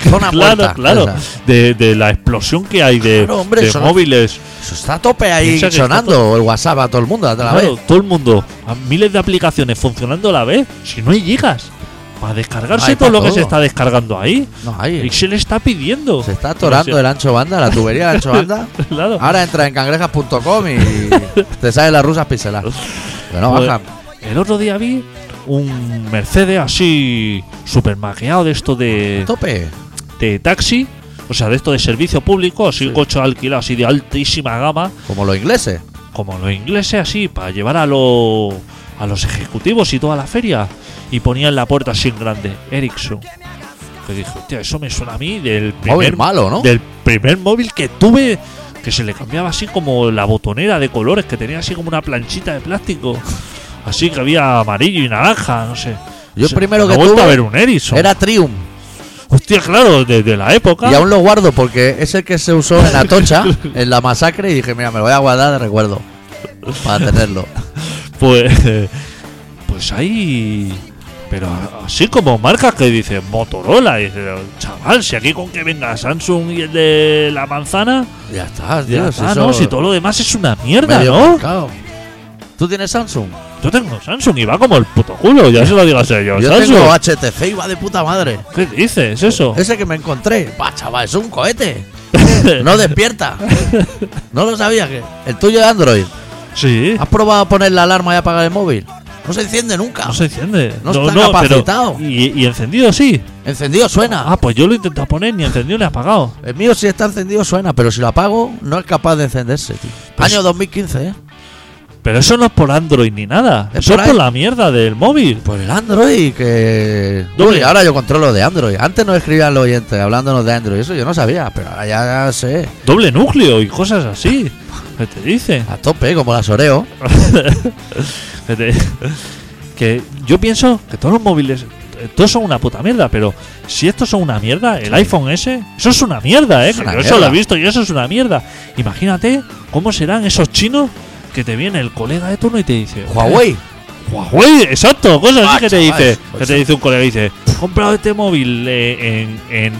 A: Zona
B: claro,
A: muerta,
B: claro.
A: esa.
B: De, de la explosión que hay de,
A: Claro, hombre,
B: de
A: eso no-
B: móviles.
A: Eso está a tope ahí
B: Piensa que
A: sonando
B: está
A: el WhatsApp a todo el mundo a la
B: Claro,
A: vez.
B: todo el mundo. a miles de aplicaciones funcionando a la vez. Si no hay gigas. Para descargarse
A: Ay, pa'
B: todo lo que se
A: todo.
B: está descargando ahí.
A: No, ahí.
B: Y se le está pidiendo.
A: Se está atorando el ancho banda, la tubería del ancho banda.
B: Claro.
A: Ahora entra en cangrejas.com y te sale las rusas pinceladas. Pero no,
B: Joder.
A: baja.
B: El otro día vi un Mercedes así super maqueado de esto de,
A: Tope.
B: de taxi, o sea, de esto de servicio público, así un
A: Sí.
B: coche alquilado así de altísima gama,
A: Como los ingleses.
B: como los ingleses así, para llevar a, los a los ejecutivos y toda la feria. Y ponían la puerta así en grande, Ericsson. Que dije, hostia, eso me suena a mí del primer,
A: Móvil malo, ¿no?
B: del primer móvil que tuve, que se le cambiaba así como la botonera de colores, que tenía así como una planchita de plástico. Así que había amarillo y naranja, no sé.
A: Yo el
B: Se-
A: primero
B: me
A: que
B: ha vuelto
A: tuve
B: a ver un Ericsson.
A: Era Triumph.
B: Hostia, claro, desde la época.
A: Y aún lo guardo porque es el que se usó en Atocha, en la masacre, y dije, mira, me lo voy a guardar de recuerdo. Para tenerlo.
B: Pues, pues ahí. Pero así como marcas que dicen Motorola, y dice, chaval, si aquí con que venga Samsung y el de la manzana,
A: Ya está,
B: ya
A: tío,
B: está,
A: eso-
B: ¿no? Si todo lo demás es una mierda,
A: medio
B: ¿no?
A: mercado. ¿Tú tienes Samsung?
B: Yo tengo Samsung y va como el puto culo, ya se lo digo a yo.
A: Yo
B: Samsung,
A: tengo HTC y va de puta madre.
B: ¿qué dices eso?
A: Ese que me encontré. Va, chaval, es un cohete.
B: Eh.
A: No despierta. No lo sabía que. El tuyo de Android.
B: sí,
A: ¿Has probado a poner la alarma y apagar el móvil? No se enciende nunca.
B: no se enciende.
A: No está
B: pero-
A: capacitado.
B: y, y encendido sí.
A: Encendido suena.
B: Ah, pues yo lo he intentado poner, ni encendido ni apagado.
A: El mío si está encendido suena, pero si lo apago no es capaz de encenderse. tío.
B: Pues-
A: Año 2015, ¿eh?
B: Pero eso no es por Android ni nada.
A: Es
B: eso
A: por
B: es por
A: ahí.
B: la mierda del móvil.
A: Pues el Android que...
B: Doble.
A: Uy, ahora yo controlo de Android. Antes no escribían los oyentes hablándonos de Android. Eso yo no sabía, pero ahora ya sé.
B: Doble núcleo y cosas así. ¿Qué te dice?
A: A tope, como las Oreo.
B: Que te- que yo pienso que todos los móviles, eh, todos son una puta mierda, pero si estos son una mierda, el iPhone S, eso es una mierda, ¿eh?
A: Es una
B: Que yo eso lo he
A: mierda.
B: visto y eso es una mierda. Imagínate cómo serán esos chinos que te viene el colega de turno y te dice...
A: Huawei.
B: Huawei, exacto, cosas así
A: Ah,
B: que te
A: chaval,
B: dice,
A: pues
B: que te dice un colega, dice, he comprado este móvil eh, en, en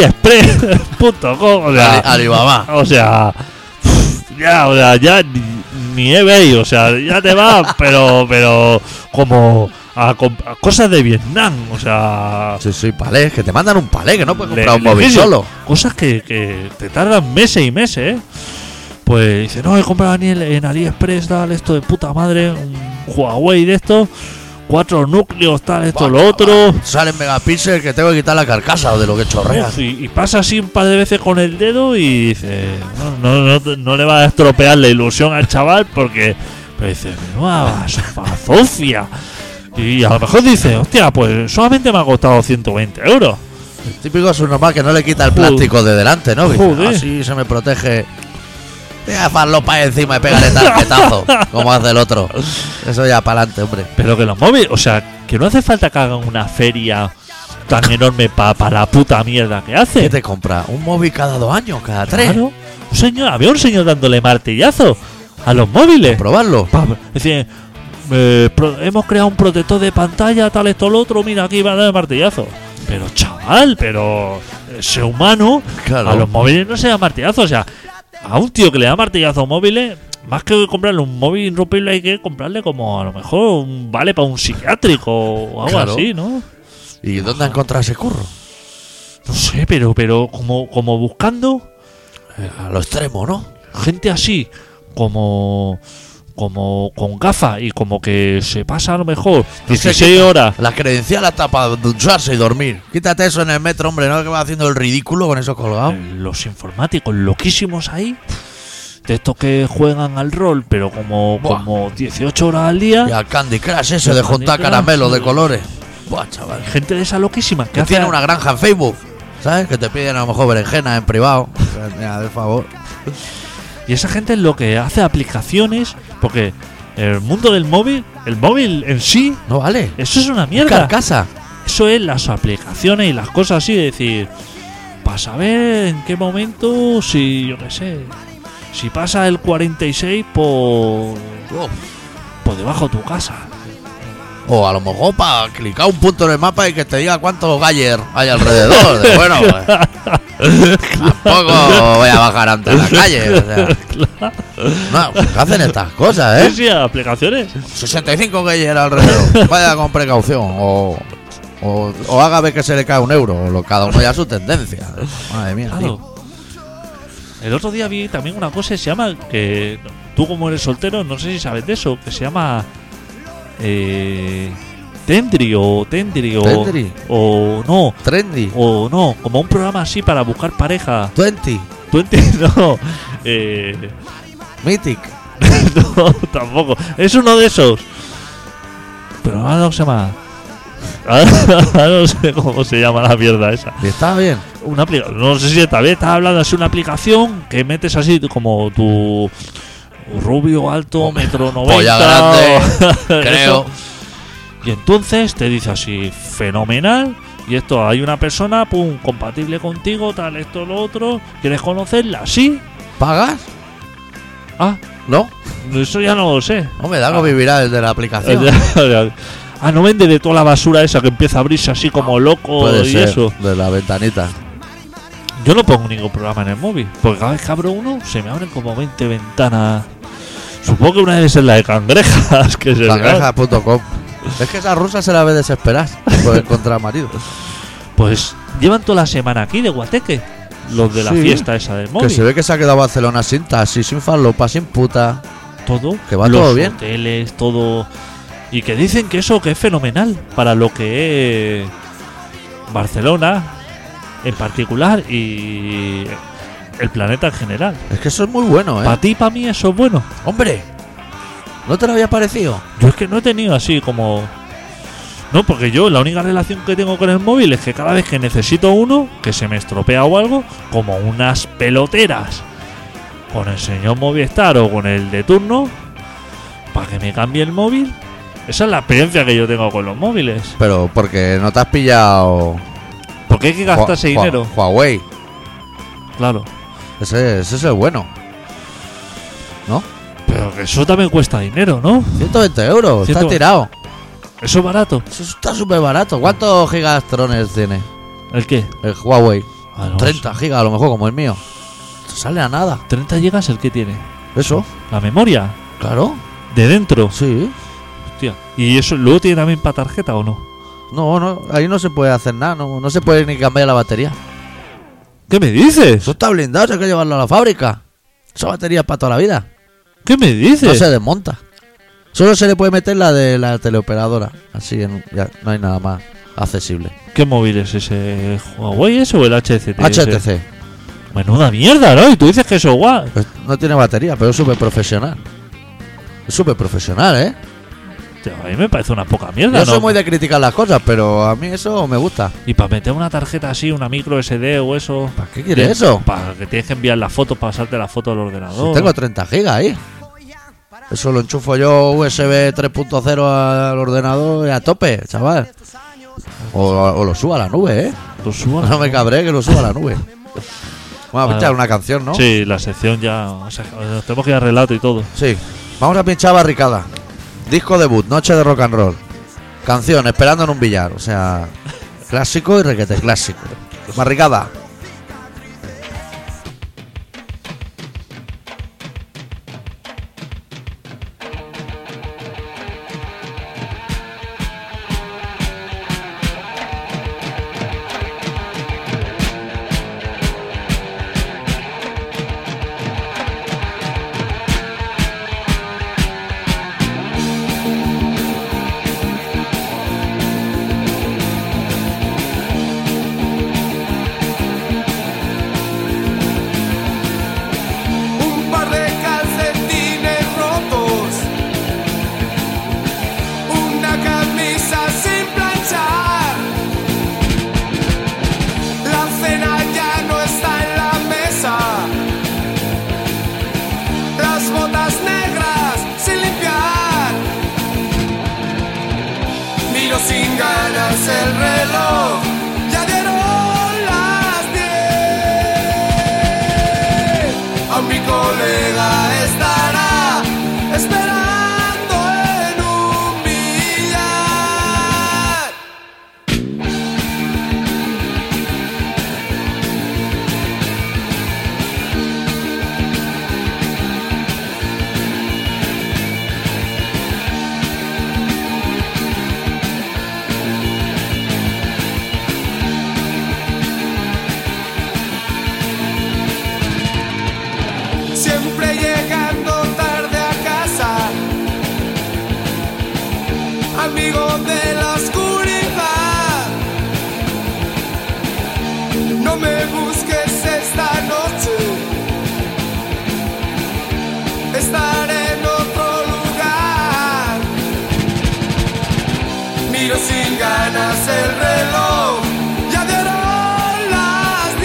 B: aliexpress.com, o sea,
A: Ali- Alibaba.
B: o sea, ya, o sea, ya ni, ni eBay, o sea, ya te va, pero, pero como a, comp- a cosas de Vietnam, o sea,
A: Sí, sí, palé. Que te mandan un palé, que no puedes
B: Le-
A: comprar un móvil
B: lejísimo.
A: solo.
B: cosas que, que te tardan meses y meses, ¿eh? Pues dice, no, he comprado en, el- en AliExpress, tal, esto de puta madre, un Huawei de esto, cuatro núcleos, tal, esto, lo
A: Va,
B: otro.
A: va. Sale en megapíxeles que tengo que quitar la carcasa o de lo que chorrea.
B: Uf, y, y pasa así un par de veces con el dedo y dice, no, no, no te- no le va a estropear la ilusión al chaval porque pero dice, menuda bazofia. Y a lo mejor dice, hostia, pues solamente me ha costado 120 euros.
A: Típico es un normal que no le quita el
B: Joder.
A: plástico de delante, ¿no? Dice,
B: Joder.
A: Así se me protege. Deja farlopa encima y pégale tarjetazo, como hace el otro. Eso ya para adelante, hombre.
B: Pero que los móviles, o sea, que no hace falta que hagan una feria tan enorme para la puta mierda que hace.
A: ¿Qué te compra? ¿Un móvil cada dos años? ¿Cada tres?
B: Claro. Un señor, había un señor dándole martillazo a los móviles.
A: ¿Probarlo?
B: Pa- Es decir, eh, pro- hemos creado un protector de pantalla, tal, esto, lo otro, mira, aquí va a dar el martillazo. Pero chaval, pero ese humano
A: Claro.
B: a los móviles no se da martillazo. O sea, a un tío que le da martillazo a móviles, más que comprarle un móvil irrompible, hay que comprarle como a lo mejor un vale para un psiquiátrico o algo
A: Claro.
B: así, ¿no?
A: ¿Y dónde ha encontrado ese curro?
B: No sé, pero, pero como, como buscando
A: Eh, A lo extremo, ¿no?
B: gente así como como con gafas y como que se pasa a lo mejor
A: No sé
B: 16 horas
A: La credencial hasta para ducharse y dormir. Quítate eso en el metro, hombre, ¿no? Que va haciendo el ridículo con eso colgado.
B: eh, los informáticos loquísimos ahí de estos que juegan al rol pero como
A: Buah.
B: como 18 horas al día
A: Y al Candy Crush ese de
B: Candy
A: juntar
B: Crush.
A: caramelos de colores. Buah, chaval.
B: gente de esa loquísima que,
A: Que
B: hace
A: tiene una granja en Facebook, ¿sabes? Que te piden a lo mejor berenjena en privado. Eh, Mira, de favor.
B: y esa gente es lo que hace aplicaciones porque el mundo del móvil el móvil en sí
A: No vale.
B: eso es una
A: Es
B: mierda
A: carcasa.
B: Eso es las aplicaciones y las cosas así, es decir, para saber en qué momento, si yo qué sé, si pasa el 46 por, por debajo de tu casa.
A: O a lo mejor para clicar un punto en el mapa y que te diga cuántos galler hay alrededor. De, bueno, pues, tampoco voy a bajar antes a la calle. o sea. No, ¿qué hacen estas cosas,
B: Sí,
A: eh?
B: sí, aplicaciones.
A: 65 galler alrededor. Vaya con precaución. O, o, o haga ver que se le cae un euro. O lo- cada uno ya su tendencia. Madre mía. tío.
B: Claro. El otro día vi también una cosa que se llama, que tú como eres soltero, no sé si sabes de eso, que se llama eh, Tendri o Tendri o,
A: Tendri.
B: o no,
A: Trendy.
B: o no, como un programa así para buscar pareja.
A: 20.
B: ¿Tú entiendes? No, eh,
A: Mythic.
B: no, tampoco. Es uno de esos. Pero ahora no se llama... Ahora no sé cómo se llama la mierda esa.
A: Y está bien.
B: una aplica- no sé si esta vez estás hablando así una aplicación que metes así como tu rubio alto metro
A: Oh, Polla
B: 90
A: grande.
B: o-
A: Creo.
B: eso. y entonces te dice así fenomenal y esto hay una persona pum compatible contigo tal esto lo otro quieres conocerla sí
A: ¿Pagas?
B: ah
A: No.
B: eso ya no lo sé
A: Hombre, de algo vivirá el de la aplicación.
B: ah no vende de toda la basura esa que empieza a abrirse así como loco
A: Puede
B: y
A: ser.
B: eso
A: De la ventanita.
B: Yo no pongo ningún programa en el móvil, porque cada vez que abro uno se me abren como 20 ventanas. Supongo que una debe ser la de cangrejas, que se me abre.
A: Sangreja.com. Es que esa rusa se la ve desesperar por encontrar marido.
B: Pues llevan toda la semana aquí de Guateque, los de la
A: Sí.
B: fiesta esa del móvil.
A: Que se ve que se ha quedado Barcelona sin taxi, sin falopa, sin puta.
B: Todo,
A: que va
B: los
A: todo bien.
B: hoteles, todo. Y que dicen que eso que es fenomenal para lo que es Barcelona en particular y el planeta en general.
A: Es que eso es muy bueno, ¿eh?
B: Para ti y para mí eso es bueno.
A: Hombre, ¿no te lo había parecido?
B: Yo es que no he tenido así como. No, porque yo la única relación que tengo con el móvil es que cada vez que necesito uno, que se me estropea o algo, como unas peloteras con el señor Movistar o con el de turno, para que me cambie el móvil. Esa es la experiencia que yo tengo con los móviles.
A: Pero porque no te has pillado.
B: Porque hay que gastarse
A: Hua- Hua-
B: dinero,
A: Huawei.
B: claro.
A: Ese, ese es el bueno.
B: Pero que eso también cuesta dinero, ¿no?
A: 120 euros, está
B: 120.
A: tirado.
B: Eso es barato.
A: Eso está súper barato. ¿Cuántos gigastrones tiene
B: ¿El qué?
A: el Huawei?
B: Ah, no,
A: 30 gigas a lo mejor, como el mío. Te sale a nada.
B: 30 gigas el que tiene.
A: Eso,
B: La memoria.
A: claro.
B: De dentro.
A: Sí.
B: Hostia. ¿Y eso luego tiene también para tarjeta o no?
A: No, no, ahí no se puede hacer nada, no, no se puede ni cambiar la batería.
B: ¿Qué me dices?
A: Eso está blindado, eso hay que llevarlo a la fábrica. Esa batería es para toda la vida.
B: ¿Qué me dices?
A: No se desmonta. Solo se le puede meter la de la teleoperadora. Así en- ya no hay nada más accesible.
B: ¿Qué móvil es ese? ¿Huawei eso o el HTC?
A: HTC.
B: Menuda mierda, ¿no? Y tú dices que eso es guau.
A: Pues no tiene batería, pero es súper profesional. Es súper profesional, ¿eh?
B: Tío, A mí me parece una poca mierda,
A: Yo soy
B: ¿no?
A: muy de criticar las cosas, pero a mí eso me gusta.
B: Y para meter una tarjeta así, una micro SD o eso...
A: ¿Para qué quieres eso?
B: Para que tienes que enviar la foto, pasarte la foto al
A: Si
B: ordenador.
A: tengo 30 gigas ahí. Eso lo enchufo yo USB 3.0 al ordenador y a tope, chaval. O, o lo suba a la nube, ¿eh?
B: Lo subo a la-
A: No me cabré que lo suba a la nube. Vamos a
B: Vale.
A: pinchar una canción, ¿no?
B: Sí, la sección ya... o sea, nos tenemos que ir al relato y todo.
A: Sí. Vamos a pinchar Barricada. Disco debut, Noche de Rock and Roll. Canción, Esperando en un billar. O sea, clásico y requete clásico. Barricada.
C: un par de calcetines rotos, una camisa sin planchar. La cena ya no está en la mesa, las botas negras sin limpiar. Miro sin ganas el reloj. Ya dieron las 10 a mi colega estará esperando en un millar. sin ganas el reloj. Ya dieron las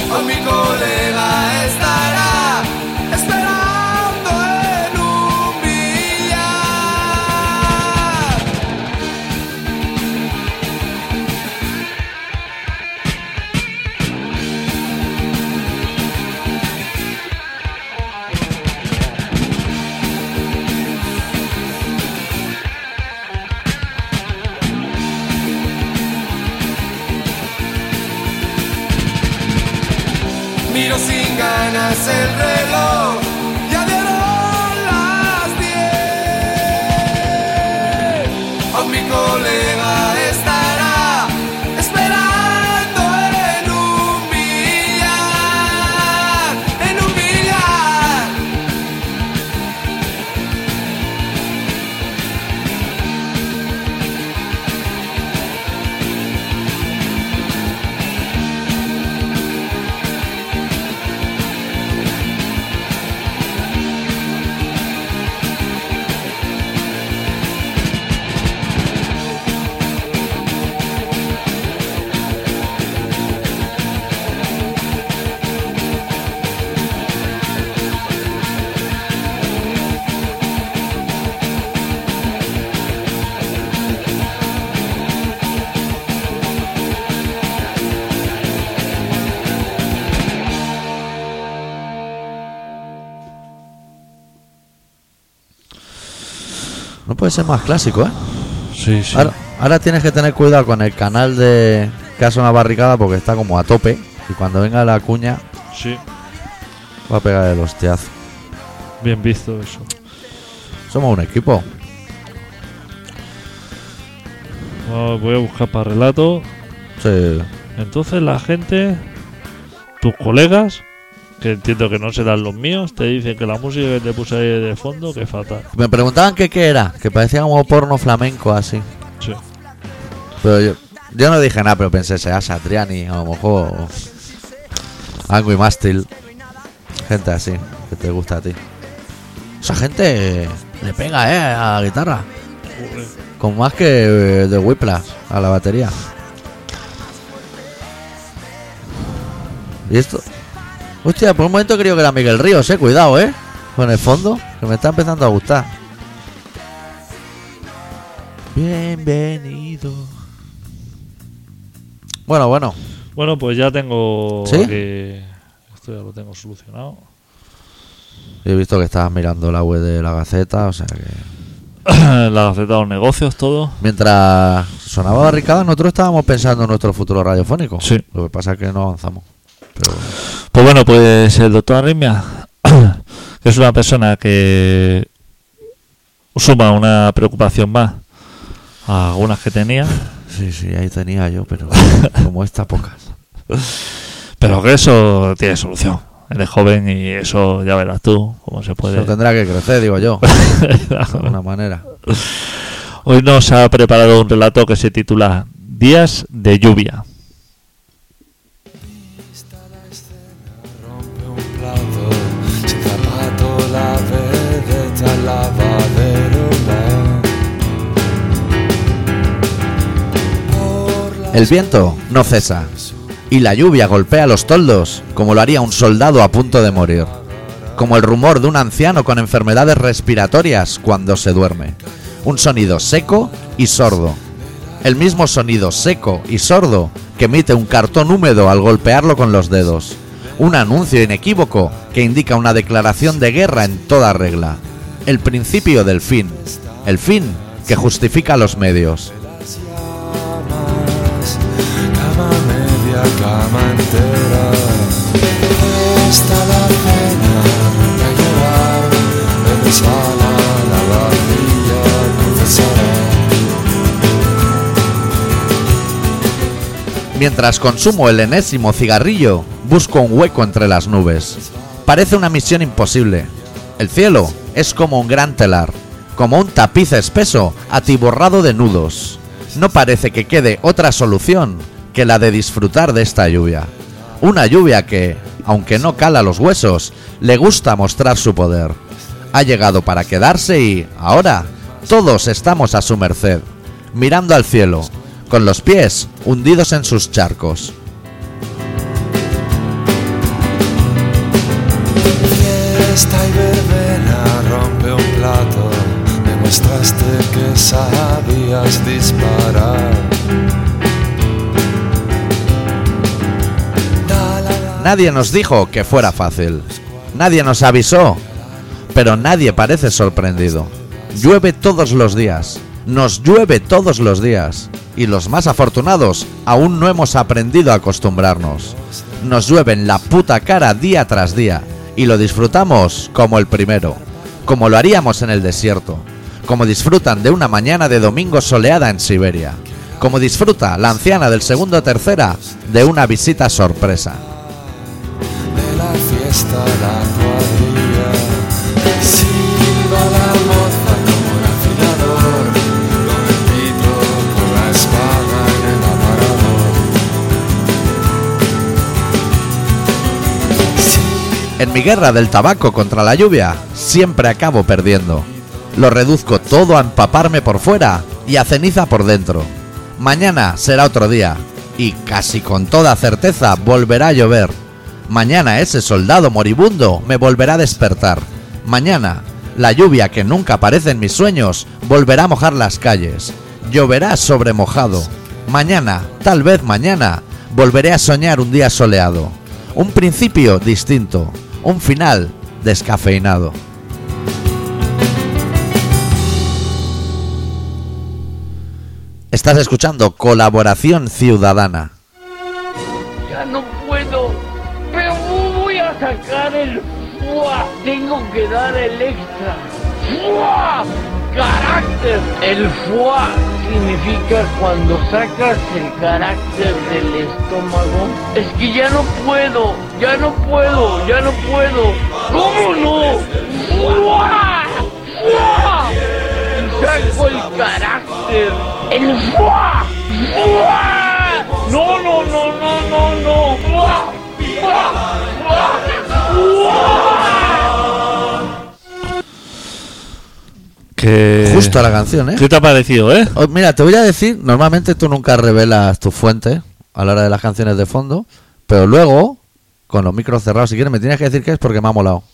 C: 10. Hoy mi colega estará esperando en un billar. Miro sin ganas el reloj. Ya dieron las 10. Aún mi colega estará esperando en un billar. En un billar.
A: No puede ser más clásico, ¿eh?
B: Sí, sí.
A: Ahora, ahora tienes que tener cuidado con el canal de Casa Una Barricada porque está como a tope. Y cuando venga la cuña,
B: Sí,
A: va a pegar el hostiazo.
B: bien visto eso.
A: Somos un equipo.
B: Ah, voy a buscar para relato.
A: Sí.
B: Entonces la gente, tus colegas, que entiendo que no serán los míos, te dicen que la música que te puse ahí de fondo, que fatal.
A: Me preguntaban que qué era, que parecía como porno flamenco así.
B: Sí.
A: Pero yo, yo no dije nada, pero pensé, será Satriani, a lo mejor. o Angry Mastil. Gente así, que te gusta a ti. Esa gente le pega, eh, a la guitarra. Con más que eh, de Whiplash a la batería. Y esto. Hostia, por un momento creo que era Miguel Ríos, eh. Cuidado, eh. Con el fondo, que me está empezando a gustar. Bienvenido. Bueno, bueno.
B: Bueno, pues ya tengo
A: ¿Sí?
B: aquí- Esto ya lo tengo solucionado.
A: He visto que estabas mirando la web de la Gaceta, o sea que.
B: la Gaceta de los Negocios, todo.
A: Mientras sonaba barricada, nosotros estábamos pensando en nuestro futuro radiofónico.
B: Sí.
A: Lo que pasa es que no avanzamos. Pero bueno.
B: Pues bueno, pues el doctor Arritmia, que es una persona que suma una preocupación más a algunas que tenía,
A: Sí, sí, ahí tenía yo, pero como estas pocas.
B: pero que eso tiene solución. Eres joven y eso ya verás tú cómo se
A: Eso
B: puede.
A: tendrá que crecer, digo yo, de alguna manera.
B: Hoy nos ha preparado un relato que se titula Días de lluvia.
D: Rompe un plato, sin zapato la vedeta al lavadero va.
A: El viento no cesa y la lluvia golpea los toldos como lo haría un soldado a punto de morir, como el rumor de un anciano con enfermedades respiratorias cuando se duerme. Un sonido seco y sordo, el mismo sonido seco y sordo que emite un cartón húmedo al golpearlo con los dedos, un anuncio inequívoco que indica una declaración de guerra en toda regla, el principio del fin, el fin que justifica los medios.
D: Las llamas, cama media, cama entera. Está la pena de llorar, en mi sala la vajilla confesará.
A: Mientras consumo el enésimo cigarrillo, busco un hueco entre las nubes. Parece una misión imposible. El cielo es como un gran telar, como un tapiz espeso atiborrado de nudos. No parece que quede otra solución que la de disfrutar de esta lluvia. Una lluvia que, aunque no cala los huesos, le gusta mostrar su poder. Ha llegado para quedarse y, ahora, Todos estamos a su merced, mirando al cielo, con los pies hundidos en sus charcos.
D: Fiesta y verbena rompe un plato. Demostraste que sabías disparar. Da, la, la,
A: Nadie nos dijo que fuera fácil. Nadie nos avisó. Pero nadie parece sorprendido. Llueve todos los días. Nos llueve todos los días. Y los más afortunados aún no hemos aprendido a acostumbrarnos. Nos llueve en la puta cara día tras día. Y lo disfrutamos como el primero. Como lo haríamos en el desierto. Como disfrutan de una mañana de domingo soleada en Siberia. Como disfruta la anciana del segundo o tercera de una visita sorpresa.
D: de la fiesta a la cuadrilla. Silba la moza como un afilador, con el pito, con la espada en el aparador.
A: En mi guerra del tabaco contra la lluvia, siempre acabo perdiendo. Lo reduzco todo a empaparme por fuera y a ceniza por dentro. Mañana será otro día y casi con toda certeza volverá a llover. Mañana ese soldado moribundo me volverá a despertar. Mañana la lluvia que nunca aparece en mis sueños volverá a mojar las calles. Lloverá sobre mojado. Mañana, tal vez mañana, volveré a soñar un día soleado. Un principio distinto, un final descafeinado. Estás escuchando Colaboración Ciudadana.
E: Ya no puedo. Pero voy a sacar el FUA. Tengo que dar el extra. ¡FUA! Carácter. El FUA significa cuando sacas el carácter del estómago. Es que ya no puedo. Ya no puedo. Ya no puedo. ¿Cómo no? ¡FUA! ¡FUA! Y saco el carácter. El FUA. ¡FUA! No, no, no, no, no, no. ¡Fua! ¡Fua! ¡Fua! ¡Fua!
B: Que...
A: Justo a la canción, ¿eh?
B: ¿Qué te ha parecido, eh?
A: Oh, Mira, te voy a decir, normalmente tú nunca revelas tu fuente a la hora de las canciones de fondo, pero luego, con los micros cerrados, si quieres, me tienes que decir que es porque me ha molado.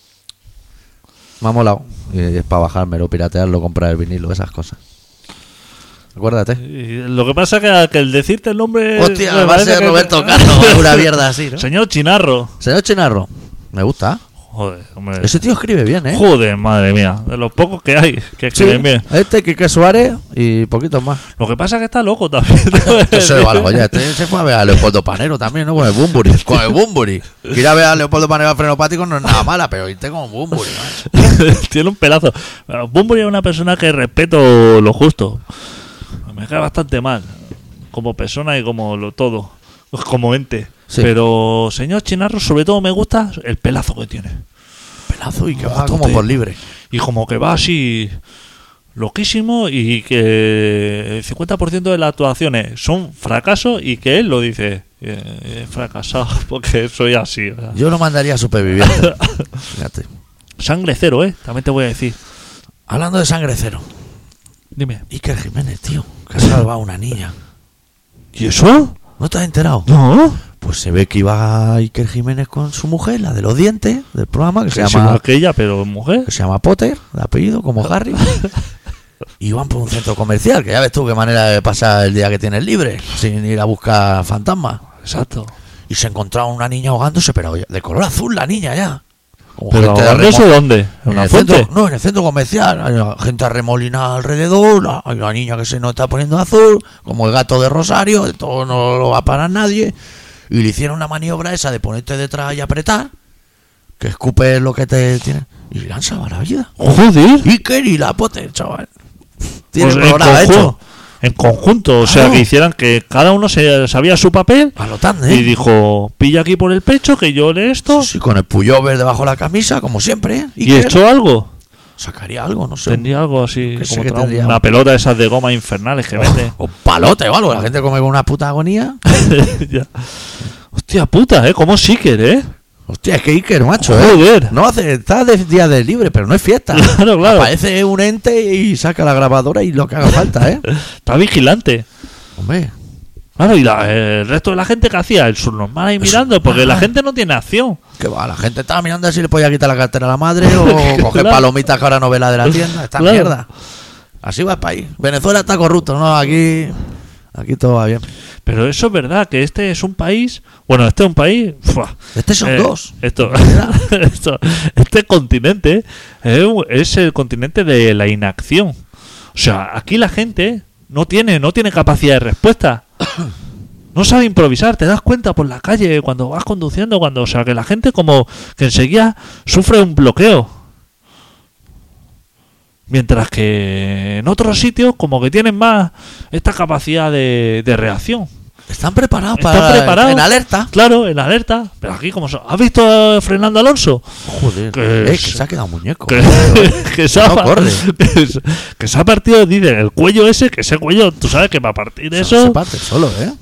A: Me ha molado. Y es para bajármelo, piratearlo, comprar el vinilo, esas cosas. Acuérdate.
B: Y Lo que pasa es que, que el decirte el nombre. me
A: Hostia, va a
B: parece
A: ser
B: que-
A: Roberto Carlos, una mierda así, ¿no?
B: Señor Chinarro.
A: Señor Chinarro, me gusta.
B: Joder, hombre.
A: Ese tío escribe bien, ¿eh?
B: Joder, madre mía. De los pocos que hay que
A: Sí.
B: escriben bien.
A: Este, Quique Suárez y poquitos más.
B: Lo que pasa es que está loco también.
A: Eso es algo, ya. Este se fue a ver a Leopoldo Panero también, ¿no? Con el Bumburi. Con el Bumburi. Ir a ver a Leopoldo Panero a frenopático no es nada mala, pero irte con Bumburi, macho.
B: Tiene un pelazo. Pero Bunbury es una persona que respeto lo justo. Me cae bastante mal. Como persona y como lo todo. Como ente.
A: Sí.
B: Pero, señor Chinarro, sobre todo me gusta el pelazo que tiene.
A: Pelazo y que
B: va
A: como
B: como
A: por
B: por
A: libre.
B: Y como que va así loquísimo y que el 50% de las actuaciones son fracasos y que él lo dice. eh, He fracasado porque soy así. o sea.
A: Yo lo mandaría a superviviente. Fíjate.
B: Sangre cero, ¿eh? También te voy a decir.
A: Hablando de sangre cero.
B: Dime.
A: Iker Jiménez, tío. Que ha salvado a una niña.
B: ¿Y eso?
A: ¿No te has enterado?
B: No.
A: Pues se ve que iba Iker Jiménez con su mujer, la de los dientes, del programa, que se llama
B: aquella, pero mujer.
A: que se llama Potter, de apellido, como Harry. Y van por un centro comercial, que ya ves tú qué manera de pasar el día que tienes libre, sin ir a buscar fantasmas.
B: Exacto.
A: Y se encontraba una niña ahogándose, pero de color azul la niña ya. Como
B: Pero
A: gente de
B: ¿dónde eso
A: remo-
B: dónde? ¿En
A: en
B: una
A: el
B: fuente?
A: centro, no, en el centro comercial, hay la gente arremolinada alrededor, la- hay una niña que se nos está poniendo azul, como el gato de Rosario, todo no lo va a parar nadie, y le hicieron una maniobra esa de ponerte detrás y apretar, que escupe lo que te tiene, y le han salvado la vida.
B: Joder.
A: Iker y la Potter, chaval. Tiene
B: Pues en
A: programa
B: conjun-
A: hecho.
B: En conjunto, o sea,
A: Claro.
B: que hicieran que cada uno se sabía su papel
A: A lo tan,
B: y
A: ¿eh?
B: dijo, pilla aquí por el pecho que yo le esto
A: Sí, con el pullover debajo de la camisa, como siempre, ¿eh?
B: y
A: Iker.
B: esto algo.
A: Sacaría algo, no sé.
B: Tendría algo así,
A: Que sí
B: como
A: que
B: tra-
A: tendría.
B: una pelota esas de goma infernales que mete.
A: O palote o algo, la gente come con una puta agonía.
B: Ya. Hostia puta, ¿eh? Como Seeker, ¿eh?
A: Hostia, es que Iker, macho, ¿eh?
B: Joder.
A: No hace, está de día de libre, pero no es fiesta.
B: Claro, claro.
A: Aparece un ente y saca la grabadora y lo que haga falta, ¿eh?
B: Está vigilante.
A: Hombre,
B: Claro, y la- el resto de la gente que hacía el subnormal ahí mirando, porque la gente no tiene acción.
A: que va, la gente estaba mirando si le podía quitar la cartera a la madre o coger
B: Claro.
A: palomitas que ahora no ve la de la tienda. Esta
B: Claro.
A: mierda. Así va el país. Venezuela está corrupto, ¿no? Aquí, aquí todo va bien.
B: Pero eso es verdad, que este es un país. Bueno, este es un país. ¡fua!
A: Este son
B: Eh,
A: dos.
B: Esto,
A: Mira.
B: esto- este continente eh, es el continente de la inacción. O sea, aquí la gente no tiene, no tiene capacidad de respuesta. No sabe improvisar, te das cuenta por la calle, cuando vas conduciendo, cuando. O sea, que la gente como que enseguida sufre un bloqueo. Mientras que en otros sitios como que tienen más esta capacidad de- de reacción.
A: Están preparados
B: Está
A: para.
B: preparado.
A: En alerta.
B: Claro, en alerta. Pero aquí, como son. ¿Has visto a Fernando Alonso?
A: Joder.
B: Que
A: Eh, que
B: es-
A: se ha quedado muñeco.
B: Que, que se ha,
A: eh, No corre.
B: que se- que se ha partido dice, el cuello ese, que ese cuello, tú sabes que para partir
A: Se-
B: eso,
A: Se parte solo, ¿eh?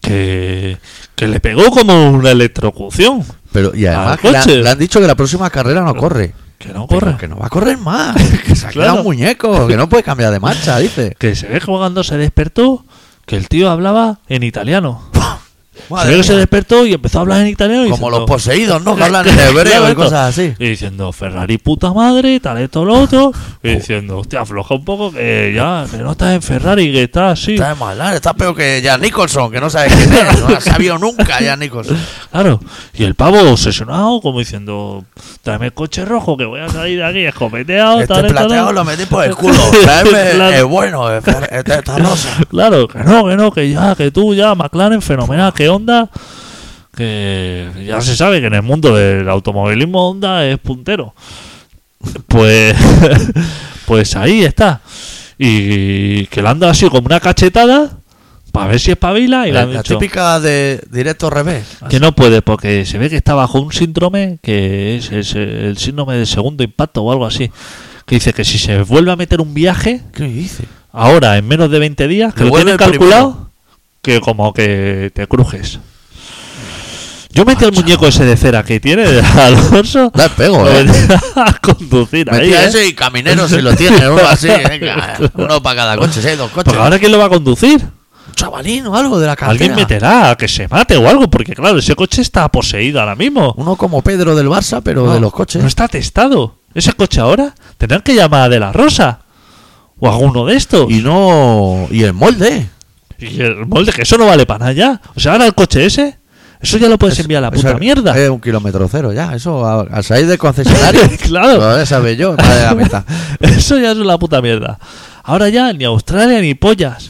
B: que, que le pegó como una electrocución.
A: Pero, y además
B: Al
A: que le,
B: coche.
A: han- le han dicho que la próxima carrera no corre.
B: Que no
A: Pero
B: corre.
A: Que no va a correr más. Que se ha quedado
B: Claro.
A: muñeco. Que no puede cambiar de marcha, dice.
B: Que se ve que cuando se despertó, que el tío hablaba en italiano. se ve que se
A: mía.
B: despertó y empezó a hablar en italiano.
A: Como
B: diciendo,
A: los poseídos, ¿no? Que hablan en
B: Claro,
A: hebreo y
B: claro.
A: cosas así.
B: Y diciendo Ferrari puta madre, tal esto, lo otro.
A: Oh.
B: Y diciendo, hostia, afloja un poco que ya, que no estás en Ferrari, que estás así.
A: Está de maldad, está peor que Jan Nicholson, que no sabe quién es. No ha sabido nunca Jan Nicholson.
B: Claro. Y el pavo obsesionado, como diciendo, tráeme el coche rojo que voy a salir de aquí escopeteado,
A: Este
B: tal esto, lo
A: plateado
B: otro".
A: lo metí por el culo. Traeme el-
B: Claro.
A: el bueno, el fer- este esta rosa.
B: Claro, que no, que no, que ya, que tú ya, McLaren, fenomenal, que Honda. Que ya se sabe que en el mundo del automovilismo Honda es puntero. Pues, pues ahí está. Y que le han dado así como una cachetada para ver si espabila y le
A: La,
B: han
A: la
B: dicho
A: típica de directo revés.
B: que no puede porque se ve que está bajo un síndrome que es, es el síndrome de segundo impacto o algo así. Que dice que si se vuelve a meter un viaje,
A: ¿Qué dice?
B: ahora en menos de 20 días, que
A: Lo
B: lo
A: vuelve
B: tienen calculado, que como que te crujes. Yo metí al muñeco ese de cera que tiene de Alonso.
A: Ah, Da el pego,
B: lo
A: eh.
B: metí a conducir ahí,
A: Metía
B: ¿eh?
A: ese y caminero si lo tiene, uno así, venga, uno para cada coche, si hay dos coches.
B: Porque ahora quién lo va a conducir?
A: Un chavalín o algo de la cartera.
B: Alguien meterá a que se mate o algo, porque claro, ese coche está poseído ahora mismo.
A: Uno como Pedro del Barça, pero
B: No,
A: de los coches.
B: No está testado. Ese coche ahora tendrán que llamar a De La Rosa. O alguno de estos.
A: Y no. Y el molde.
B: Y el molde, que eso no vale para nada ya. O sea, ahora el coche ese, eso ya lo puedes enviar a la
A: O
B: puta
A: sea,
B: mierda.
A: Es eh, un kilómetro cero ya, eso a- al salir del concesionario.
B: Claro.
A: Lo he sabido yo, más de la mitad.
B: eso ya es la puta mierda. Ahora ya ni Australia ni pollas.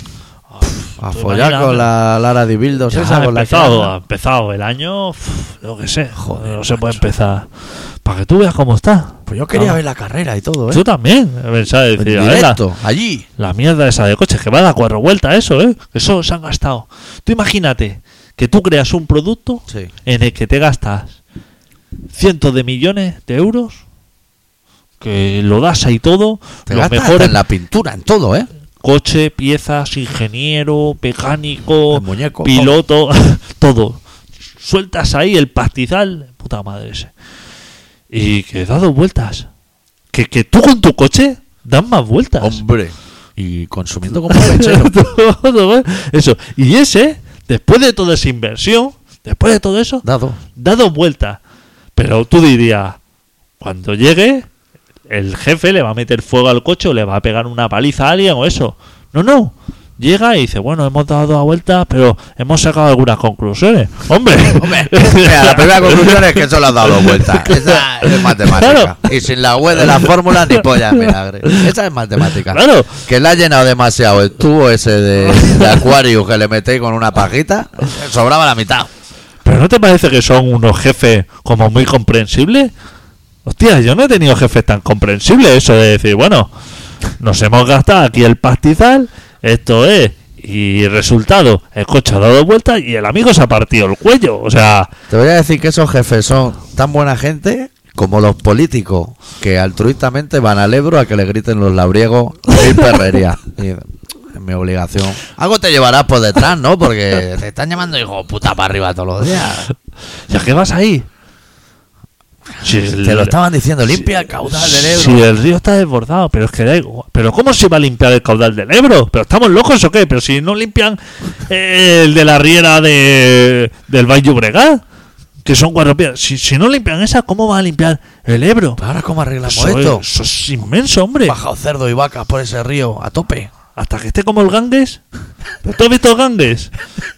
A: A
B: Tú
A: follar
B: imagínate.
A: con la Lara de Bildos
B: Ya
A: Pues esa
B: ha
A: con la
B: empezado,
A: que-
B: ha empezado el año, uf, yo qué sé,
A: Joder,
B: no se puede empezar. Para que tú veas cómo está.
A: Pues yo quería
B: Ah.
A: ver la carrera y todo, ¿eh?
B: Yo también pensaba
A: En
B: decir, a ver, la-
A: directo, allí.
B: La mierda esa de coches, que va a dar cuatro vueltas eso, ¿eh? Eso se han gastado. Tú imagínate que tú creas un producto
A: Sí.
B: en el que te gastas cientos de millones de euros, que lo das ahí todo,
A: Te
B: los
A: gastas hasta
B: mejores
A: en la pintura, en todo, ¿eh?
B: coche, piezas, ingeniero, mecánico,
A: El muñeco,
B: piloto, todo. Sueltas ahí el pastizal, puta madre ese. Y que da dos vueltas. Que, que tú con tu coche das más vueltas.
A: Hombre. Y consumiendo como un lechero.
B: Todo, ¿eh? eso. Y ese, después de toda esa inversión, después de todo eso,
A: Dado.
B: da dos vueltas. Pero tú dirías, cuando llegue, el jefe le va a meter fuego al coche o le va a pegar una paliza a alguien o eso. No, no. Llega y dice, bueno, hemos dado dos vueltas, pero hemos sacado algunas conclusiones. Hombre,
A: Hombre, mira, la primera conclusión es que solo has dado dos vueltas. Esa es matemática.
B: Claro.
A: Y sin la web de las fórmulas ni pollas, milagre. Esa es matemática.
B: Claro.
A: Que la ha llenado demasiado el tubo ese de, de acuario que le metéis con una pajita. Sobraba la mitad.
B: ¿Pero no te parece que son unos jefes como muy comprensibles? Hostia, yo no he tenido jefes tan comprensibles. Eso de decir, bueno, nos hemos gastado aquí el pastizal, esto es, y resultado, el coche ha dado vueltas y el amigo se ha partido el cuello. O sea,
A: Te voy a decir que esos jefes son tan buena gente como los políticos que altruistamente van al Ebro a que le griten los labriegos y perrería. Y es mi obligación. Algo te llevarás por detrás, ¿no? Porque te están llamando hijo de puta para arriba todos los días.
B: ¿ya qué vas ahí? Si
A: Te
B: el-
A: lo estaban diciendo, limpia el caudal del Ebro.
B: Si el río está desbordado, pero es que da igual. ¿Pero cómo se va a limpiar el caudal del Ebro? ¿Pero estamos locos o qué? ¿Pero si no limpian eh, el de la riera de, del Valle Obregat? Que son cuatro piedras. Si, si no limpian esa, ¿cómo va a limpiar el Ebro?
A: Pues Ahora, ¿cómo arreglamos
B: Eso,
A: esto?
B: es- eso es inmenso, hombre.
A: Bajado cerdo y vacas por ese río a tope.
B: Hasta que esté como el Ganges. ¿Pero ¿Tú has visto el Ganges?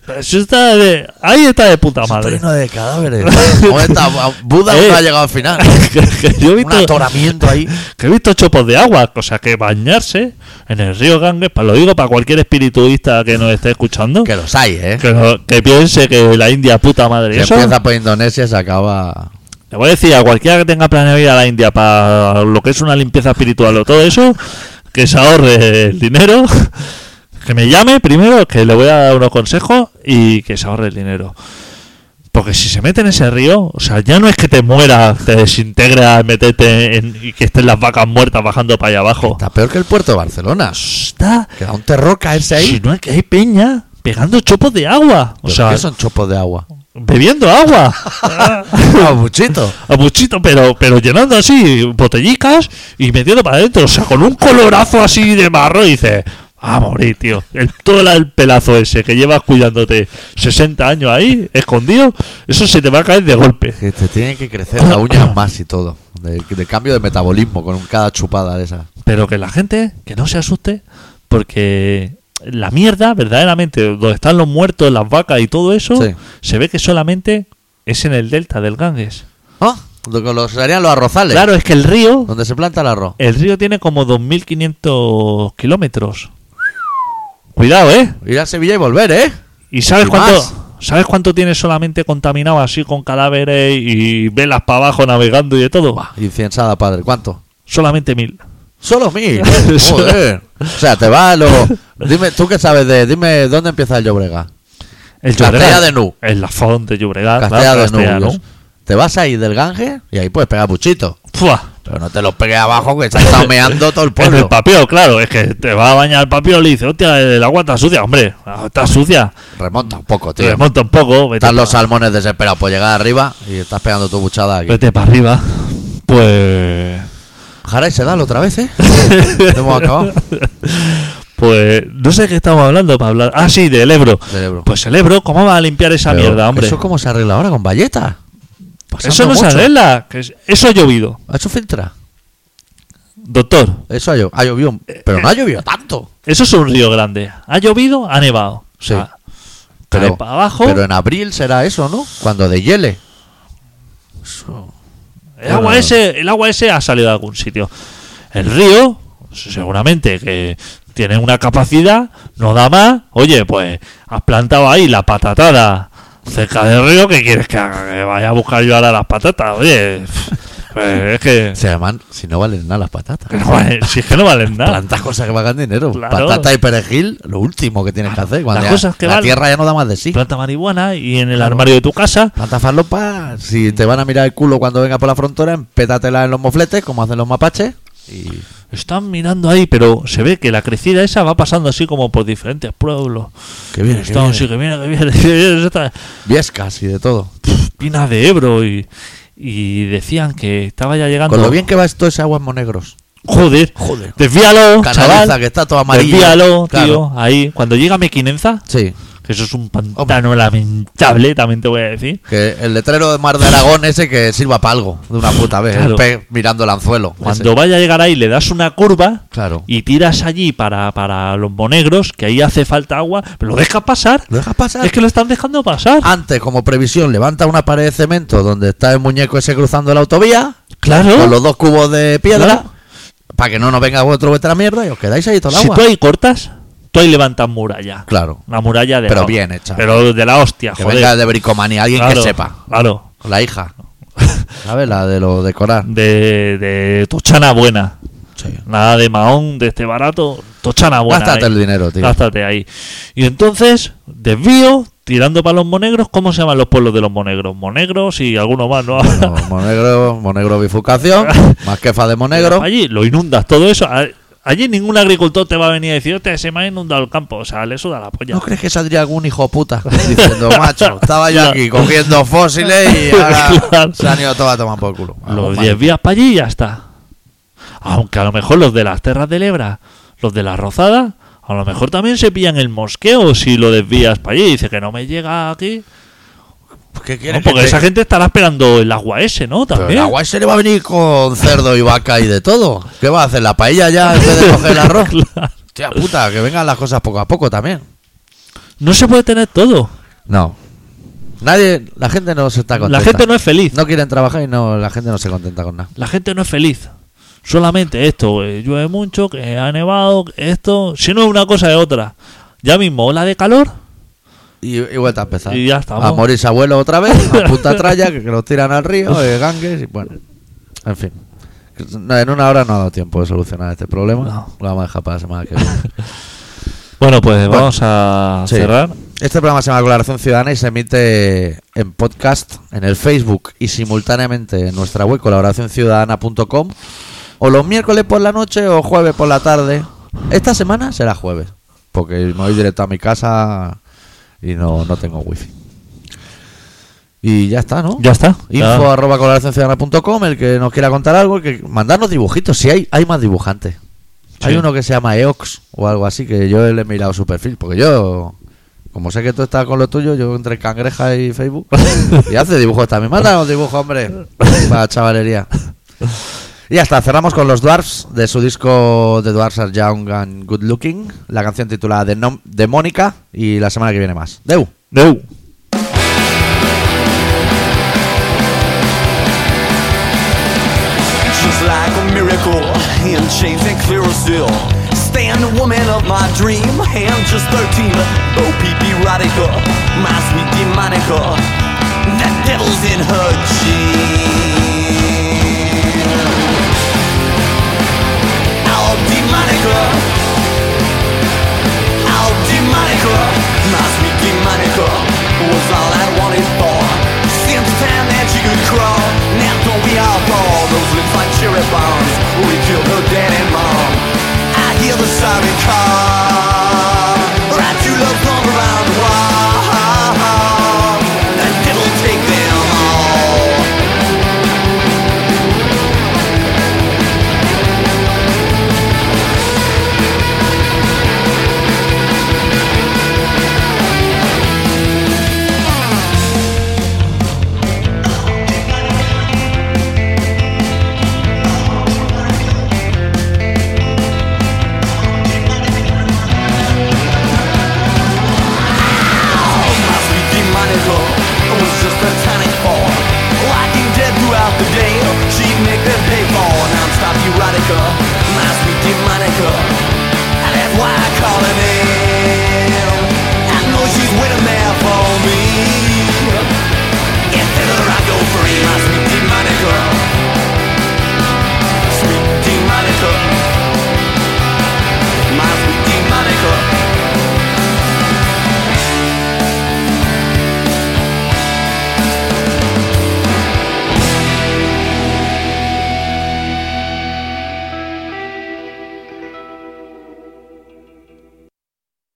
B: Pero eso está de- ahí está de puta
A: Está
B: madre.
A: lleno de cadáveres. ¿Cómo está? Buda
B: Eh.
A: no ha llegado al final.
B: Que- que yo he
A: Un
B: visto-
A: atoramiento ahí.
B: que he visto chopos de agua, cosa que bañarse en el río Ganges, pa- lo digo para cualquier espirituista que nos esté escuchando,
A: Que
B: que,
A: los hay, ¿eh?
B: no- que piense que la India es puta madre.
A: Que
B: Eso,
A: empieza por Indonesia y se acaba.
B: Le voy a decir a cualquiera que tenga planeado ir a la India para lo que es una limpieza espiritual o todo eso, que se ahorre el dinero, que me llame primero, que le voy a dar unos consejos y que se ahorre el dinero. Porque si se mete en ese río, o sea, ya no es que te mueras, te desintegras, metete en- y que estén las vacas muertas bajando para allá abajo.
A: Está peor que el puerto de Barcelona.
B: está.
A: Que da un terror caerse
B: Si
A: ahí.
B: no es que hay peña pegando chopos de agua. O
A: Pero
B: sea,
A: ¿Qué son chopos de agua?
B: bebiendo agua.
A: Ah, buchito.
B: A muchito, pero, pero llenando así botellicas y metiendo para adentro. O sea, con un colorazo así de marro. Y dices, a morir, tío. El, todo la- el pelazo ese que llevas cuidándote 60 años ahí, escondido, eso se te va a caer de golpe.
A: Que te tienen que crecer las uñas más y todo. De, de cambio de metabolismo con cada chupada de esa.
B: Pero que la gente, que no se asuste, porque la mierda, verdaderamente, donde están los muertos, las vacas y todo eso,
A: Sí.
B: se ve que solamente es en el delta del Ganges.
A: ¿Ah? Lo que los serían los arrozales.
B: Claro, es que el río,
A: Donde se planta el arroz.
B: el río tiene como 2.500 kilómetros. Cuidado, ¿eh?
A: Ir a Sevilla y volver, ¿eh?
B: ¿Y sabes
A: ¿Y
B: cuánto?
A: más?
B: ¿Sabes cuánto tiene solamente contaminado así con cadáveres y velas para abajo navegando y de todo?
A: Inciensada, padre. ¿Cuánto?
B: Solamente mil.
A: Solo mil. Joder. O sea, te vas luego. Dime, tú qué sabes de. Dime dónde empieza el Llobrega.
B: El
A: Castella
B: Llobregat.
A: de Nu.
B: El Lafón de Llobregat. Ah, claro,
A: Castilla de
B: Castella,
A: Nubios. Te vas ahí del Ganges y ahí puedes pegar buchito.
B: Fua.
A: Pero no te los pegues abajo que se ha estado meando todo el
B: En Pues el
A: pueblo.
B: papel, claro, es que te va a bañar el papel y dice, hostia, el agua está sucia, hombre, ah, está sucia.
A: Remonta un poco,
B: Te
A: tío.
B: remonta un poco, vete,
A: Están los
B: pa-
A: salmones desesperados por llegar arriba y estás pegando tu buchada aquí.
B: vete para arriba. Pues.
A: Jara y Sedal otra vez, ¿eh? Hemos acabado.
B: Pues no sé de qué estamos hablando para hablar. Ah, sí, del Ebro.
A: Del Ebro.
B: Pues el Ebro, ¿cómo va a limpiar esa
A: Pero,
B: mierda, hombre?
A: ¿Eso cómo se arregla ahora con valletas? Pasando
B: Eso no se
A: mucho.
B: arregla. que es- Eso ha llovido.
A: Eso filtra.
B: Doctor,
A: Eso ha, llo- ha llovido. Pero no ha llovido tanto.
B: eso es un río grande. Ha llovido, ha nevado.
A: Sí.
B: Ah, cae
A: Pero,
B: para abajo.
A: pero en abril será eso, ¿no? Cuando de hiele.
B: El agua,
A: Bueno.
B: ese, el agua ese ha salido de algún sitio. El río, seguramente que tiene una capacidad, no da más. Oye, pues has plantado ahí la patatada cerca del río. ¿Qué quieres que haga? Que vaya a buscar yo ahora las patatas. Oye, pues es que.
A: Se llaman, si no valen nada las patatas.
B: que no vale- si es que no valen nada.
A: Plantas cosas que pagan dinero.
B: Claro.
A: Patata y perejil, lo último que tienes que hacer. Cuando
B: Las
A: ya-
B: cosas que
A: la
B: valen.
A: tierra ya no da más de sí.
B: Planta marihuana y en el armario de tu casa.
A: Planta farlopa, si te van a mirar el culo cuando venga por la frontera, empétatela en los mofletes, como hacen los mapaches. Y
B: Están mirando ahí, pero se ve que la crecida esa va pasando así como por diferentes pueblos.
A: que viene, que
B: Están
A: viene.
B: así, que viene, que viene, que viene, está-
A: Viescas y de todo.
B: Pinas de Ebro y, y decían que estaba ya llegando.
A: Con lo bien que va esto ese aguas monegros.
B: Joder,
A: Joder.
B: Desvíalo,
A: Canaliza,
B: chaval.
A: que está todo amarillo.
B: Desvíalo, tío.
A: Claro.
B: Ahí, cuando llega Mequinenza,
A: Sí.
B: que eso es un pantano lamentable, también te voy a decir.
A: Que el letrero de Mar de Aragón ese que sirva para algo, de una puta vez.
B: Claro.
A: El pez mirando el anzuelo.
B: Cuando
A: ese.
B: vaya a llegar ahí, le das una curva
A: Claro.
B: y tiras allí para, para los monegros, que ahí hace falta agua, pero lo dejas pasar.
A: ¿Lo dejas pasar?
B: Es que lo están dejando pasar.
A: Antes, como previsión, levanta una pared de cemento donde está el muñeco ese cruzando la autovía,
B: claro.
A: con los dos cubos de piedra,
B: Claro.
A: para que no nos venga otro vuestra mierda y os quedáis ahí todo el
B: si
A: agua.
B: tú ahí cortas, tú ahí levantas muralla.
A: Claro.
B: Una muralla de.
A: Pero
B: la-
A: bien hecha.
B: Pero de la hostia,
A: Que
B: joder.
A: venga de bricomanía, alguien
B: Claro,
A: que sepa.
B: Claro.
A: La hija. ¿Sabes? La de lo decorar.
B: De, de Tochana buena.
A: Sí.
B: Nada de Mahón, de este barato. Tochana buena. eh.
A: Gástate
B: ahí.
A: el dinero, tío.
B: Gástate ahí. Y entonces, desvío, tirando para los monegros. ¿Cómo se llaman los pueblos de los monegros? Monegros y alguno más, ¿no?
A: No, monegro, monegro bifurcación, más quefa de monegro.
B: Allí lo inundas todo eso. A- Allí ningún agricultor te va a venir a decir, "Hostia, se me ha inundado el campo. O sea, le suda la polla.
A: ¿No crees que saldría algún hijo puta diciendo, macho, estaba yo aquí cogiendo fósiles y ahora
B: Claro.
A: se han ido todos a tomar por culo? Vamos,
B: los
A: vale.
B: desvías para allí y ya está. Aunque a lo mejor los de las terras del Ebra, los de la Rozada, a lo mejor también se pillan el mosqueo si lo desvías para allí. Dice que no me llega aquí.
A: ¿Qué
B: No,
A: quieres que
B: porque
A: te-
B: esa gente estará esperando el agua ese, ¿no?
A: Pero
B: También.
A: el agua se le va a venir con cerdo y vaca y de todo. ¿Qué va a hacer? ¿La paella ya en vez de coger el arroz?
B: Claro.
A: Hostia puta, que vengan las cosas poco a poco también.
B: No se puede tener todo.
A: No. Nadie, la gente no se está contenta.
B: La gente no es feliz.
A: No quieren trabajar y no, la gente no se contenta con nada.
B: La gente no es feliz. Solamente esto, eh, llueve mucho, que ha nevado, que esto. Si no es una cosa, es otra. Ya mismo, ola de calor.
A: Y, y vuelta a empezar.
B: Y ya estamos.
A: A morirse abuelo otra vez, a puta tralla, que, que los tiran al río, eh, gangues y bueno. En fin. No, En una hora no ha dado tiempo de solucionar este problema.
B: No.
A: Lo vamos a dejar para la semana que viene.
B: Bueno, pues vamos a
A: Sí.
B: cerrar.
A: Este programa se llama Colaboración Ciudadana y se emite en podcast, en el Facebook y simultáneamente en nuestra web colaboracionciudadana.com o los miércoles por la noche o jueves por la tarde. Esta semana será jueves, porque me voy directo a mi casa y no, no tengo wifi. Y ya está, ¿no?
B: Ya está.
A: Info
B: Ah.
A: arroba colaboracionciudadana.com, el que nos quiera contar algo, el que mandarnos dibujitos, si hay, hay más dibujantes. Hay
B: Sí.
A: uno que se llama Eox o algo así, que yo le he mirado su perfil, porque yo, como sé que tú estás con lo tuyo, yo entre cangreja y Facebook, y hace dibujos también. Mándanos dibujos, hombre, para chavalería. Y ya está, cerramos con los Dwarfs de su disco The Dwarfs Are Young and Good Looking, la canción titulada de Mónica, y la semana que viene más. Deu.
B: Deu.
F: She's like a miracle, and shades and clear as still. Stand the woman of my dream, I'm just 13. OPP radical, my sweet demonica. That devil's in her jeans. Our demonica.